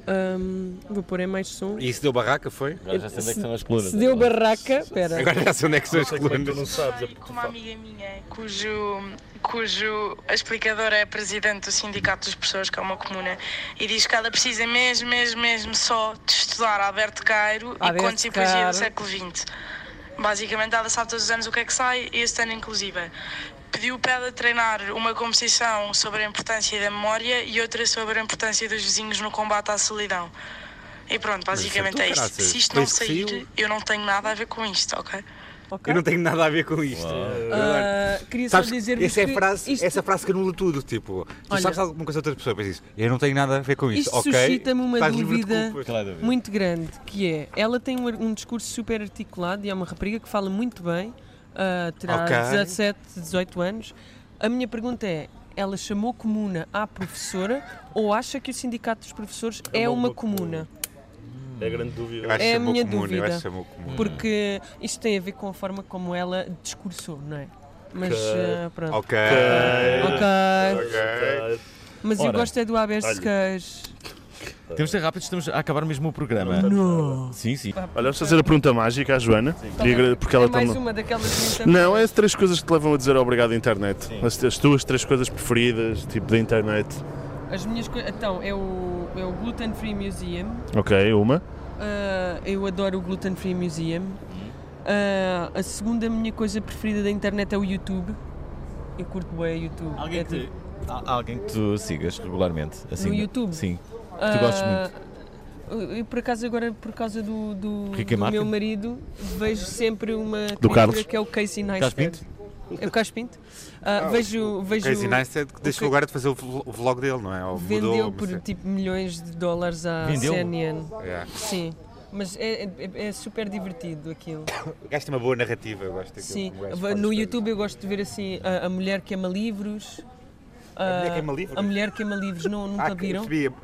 Ahm, vou pôr é mais som. E isso deu barraca, foi? Agora já sei onde é que são as colunas. Se deu barraca, espera. Agora já sei onde é que são as Sei quando tu colunas. não sabes, é porque com tu uma falas. amiga minha, cujo, cujo a explicadora é presidente do Sindicato dos Professores, que é uma comuna, e diz que ela precisa mesmo, mesmo, mesmo só de estudar Alberto Cairo e Alberto contos e poesia Cairo. do século XX. Basicamente, ela sabe todos os anos o que é que sai, este ano inclusive. Pediu para ela treinar uma composição sobre a importância da memória e outra sobre a importância dos vizinhos no combate à solidão. E pronto, basicamente tu, é isto. caraças. Se isto Foi não isso que saiu? sair, eu não tenho nada a ver com isto, ok? Ok. Eu não tenho nada a ver com isto. Agora, Ah, queria só sabes, dizer-vos essa, é que a frase, isto, essa frase que anula tudo. Tipo, tu Olha. sabes alguma coisa de outra pessoa, mas isso. Eu não tenho nada a ver com isto. Isto ok? suscita-me uma Estás livre de dúvida. culpas. é Claro, David. muito grande, que é, ela tem um, ar- um discurso super articulado e é uma rapariga que fala muito bem, ah, terá Ok. 17, 18 anos. A minha pergunta é, ela chamou comuna à professora ou acha que o sindicato dos professores é Chamou uma uma comuna? comuna. É grande dúvida. Eu acho É que a chamou minha comum, Eu acho dúvida. que chamou comum. Porque isto tem a ver com a forma como ela discursou, não é? Mas Ok. ah, pronto. Ok. Ok. Ok. Mas eu Ora, gosto é do Aberto olha. Queijo. Temos de ser rápidos, estamos a acabar mesmo o programa. Sim, sim. Olha, vamos fazer a pergunta mágica à Joana, e agra- porque ela tá É está mais uma daquelas muitas- Não, é as três coisas que te levam a dizer obrigado à internet. As, as tuas três coisas preferidas, tipo da internet. As minhas coisas. Então, é o, é o Gluten Free Museum. Ok, uma. Ah, eu adoro o Gluten Free Museum. Uhum. Ah, a segunda minha coisa preferida da internet é o YouTube. Eu curto bem o YouTube. Alguém É que, tipo- al- alguém que tu sigas regularmente. Assim, No YouTube? Sim. Ah, gostes muito. eu- Eu, por acaso, agora, por causa do, do, Ricky do Martin? meu marido, vejo sempre uma Do criatura Carlos. que é o Casey Neistat. Estás pinto? É o Carlos Pinto. Ah, vejo, vejo, Casey Neistat que deixou o- agora é de fazer o vlo- o vlog dele, não é? Ou vendeu mudou. por mas é- tipo milhões de dólares à Vendeu? CNN. é. Sim. Mas é- é- é super divertido aquilo. O gajo tem uma boa narrativa, eu gosto daquilo. Sim, O gajo va- faz no coisas. YouTube eu gosto de ver assim a, a mulher queima livros. Ah, A mulher queima livros? A mulher queima livros, não, [LAUGHS] Ah, nunca que- viram? percebi.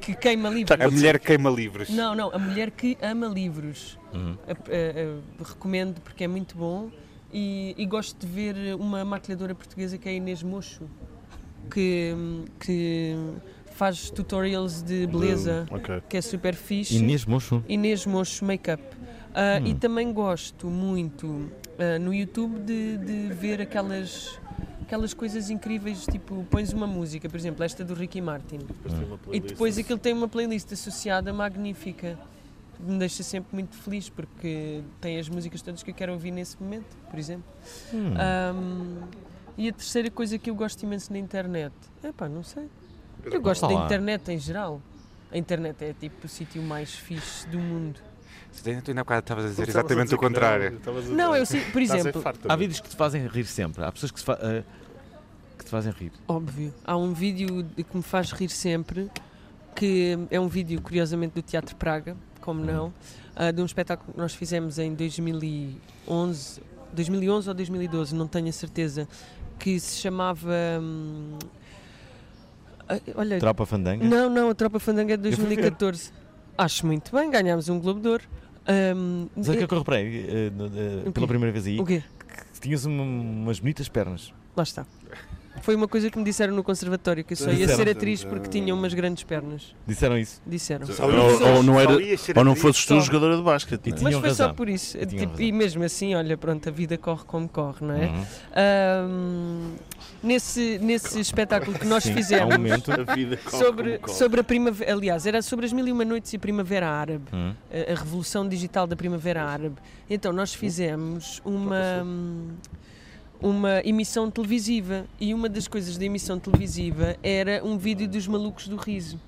Que queima A livros. mulher queima livros. Não, não, a mulher que ama livros. A- a- a- recomendo porque é muito bom. E, e gosto de ver uma maquilhadora portuguesa que é a Inês Mocho, que, que faz tutorials de beleza, Hum, Ok. que é super fixe. Inês Mocho. Inês Mocho Makeup. Ah, E também gosto muito ah, no YouTube de, de ver aquelas, aquelas coisas incríveis, tipo, pões uma música, por exemplo, esta do Ricky Martin, e depois aquilo tem uma playlist associada magnífica. Me deixa sempre muito feliz porque tem as músicas todas que eu quero ouvir nesse momento, por exemplo. Hum. Hum. Ahm, e a terceira coisa que eu gosto imenso na internet, é pá, não sei. Eu gosto da Olá. internet em geral. A internet é tipo o sítio mais fixe do mundo. Tu ainda há bocado estavas a dizer exatamente o contrário. Não, eu sei, por exemplo, é? Há vídeos que te fazem rir sempre. Há pessoas que, se fa- eh, que te fazem rir. óbvio, há um vídeo de- que me faz rir sempre, que é um vídeo, curiosamente, do Teatro Praga, Hum. como não, ah, de um espetáculo que nós fizemos em 2011, 2011 ou 2012, não tenho a certeza, que se chamava... hum, ah, olha, Tropa Fandanga. Não, não, a Tropa Fandanga é de Eu fui ver. 2014. Acho muito bem, ganhámos um Globo de Ouro. Ahm, Sabe o que é eh, que eu reparei eh, no- eh, O quê? pela primeira vez aí? o quê? Que tinhas um- umas bonitas pernas. Lá está. Foi uma coisa que me disseram no conservatório, que eu só ia Disseram. ser atriz eh, porque tinha umas grandes pernas. Disseram isso. Disseram. Ou, ou não era, ou não fosses tu Só. jogadora de basquete. E não é? Mas tinham foi só razão. por isso. E tinham Tipo, razão. e mesmo assim, olha, pronto, a vida corre como corre, não é? Uhum. Ahm, nesse, nesse espetáculo que nós Sim, Há um fizemos momento. A vida [LAUGHS] corre sobre, como corre. sobre a primavera, aliás, era sobre as Mil e Uma Noites e a Primavera Árabe. Hum. a a revolução digital da primavera árabe. Então nós fizemos uma hum, uma emissão televisiva e uma das coisas da emissão televisiva era um vídeo dos malucos do riso.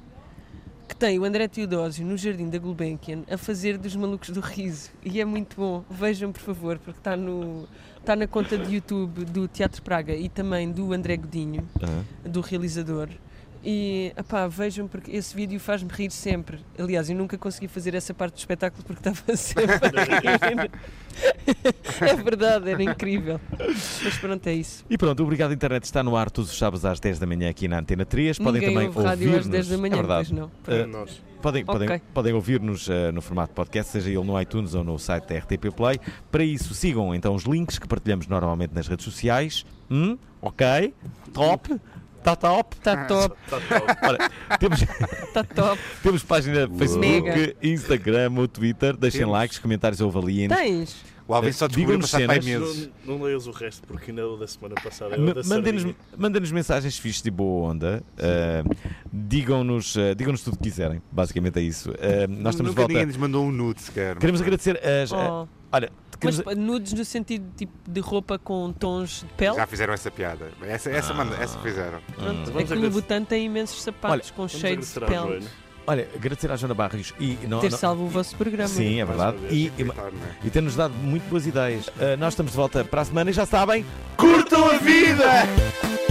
que tem o André Teodósio no Jardim da Gulbenkian a fazer dos malucos do riso. E é muito bom. Vejam, por favor, porque está no. Está na conta de YouTube do Teatro Praga e também do André Godinho, Aham. do realizador. E epá, vejam, porque esse vídeo faz-me rir sempre. Aliás, eu nunca consegui fazer essa parte do espetáculo porque estava [LAUGHS] sempre a rir. é verdade, era incrível. Mas pronto, é isso. E pronto, obrigado internet está no ar todos os sábados às 10 da manhã aqui na Antena 3. Podem Ninguém também ouve rádio às 10 da ouvir-nos- manhã, é verdade. pois não. Eh, Nós. Podem, Ok. podem, podem ouvir-nos eh, no formato podcast, seja ele no iTunes ou no site da RTP Play. Para isso, sigam então os links que partilhamos normalmente nas redes sociais. Hum? Ok? Top? Está top? Tá Está Tá [LAUGHS] top, Ora, temos, [LAUGHS] está Tá top. temos página Facebook, Mega. Instagram, o Twitter. Deixem Temos. likes, comentários ou avaliem. Tens? O Alvin só descobriu Digam-nos passado para cenas. meses. Não, não leias o resto, porque ainda é o da semana passada. é o Ma- da Mandem-nos sardinha. mandem-nos mensagens fixes de boa onda. eh, Digam-nos eh, digam-nos tudo o que quiserem. Basicamente é isso. Eh, nós estamos de Nunca ninguém volta. nos mandou um nude sequer. Queremos agradecer as. Oh. Olha, Mas queremos- pá, nudes no sentido tipo de roupa com tons de pele? Já fizeram essa piada. Essa, essa, manda- essa fizeram. Ah. Pronto, Vamos é que o agradecer- Butan tem imensos sapatos com Vamos cheio de agradecer à pele. Joana. olha, agradecer à Joana Barrios e não- Ter não- salvo o vosso programa. Sim, é verdade. Mais uma E, e- Claro, não é? e ter-nos dado muito boas ideias. Eh, nós estamos de volta para a semana e já sabem. Curtam a vida!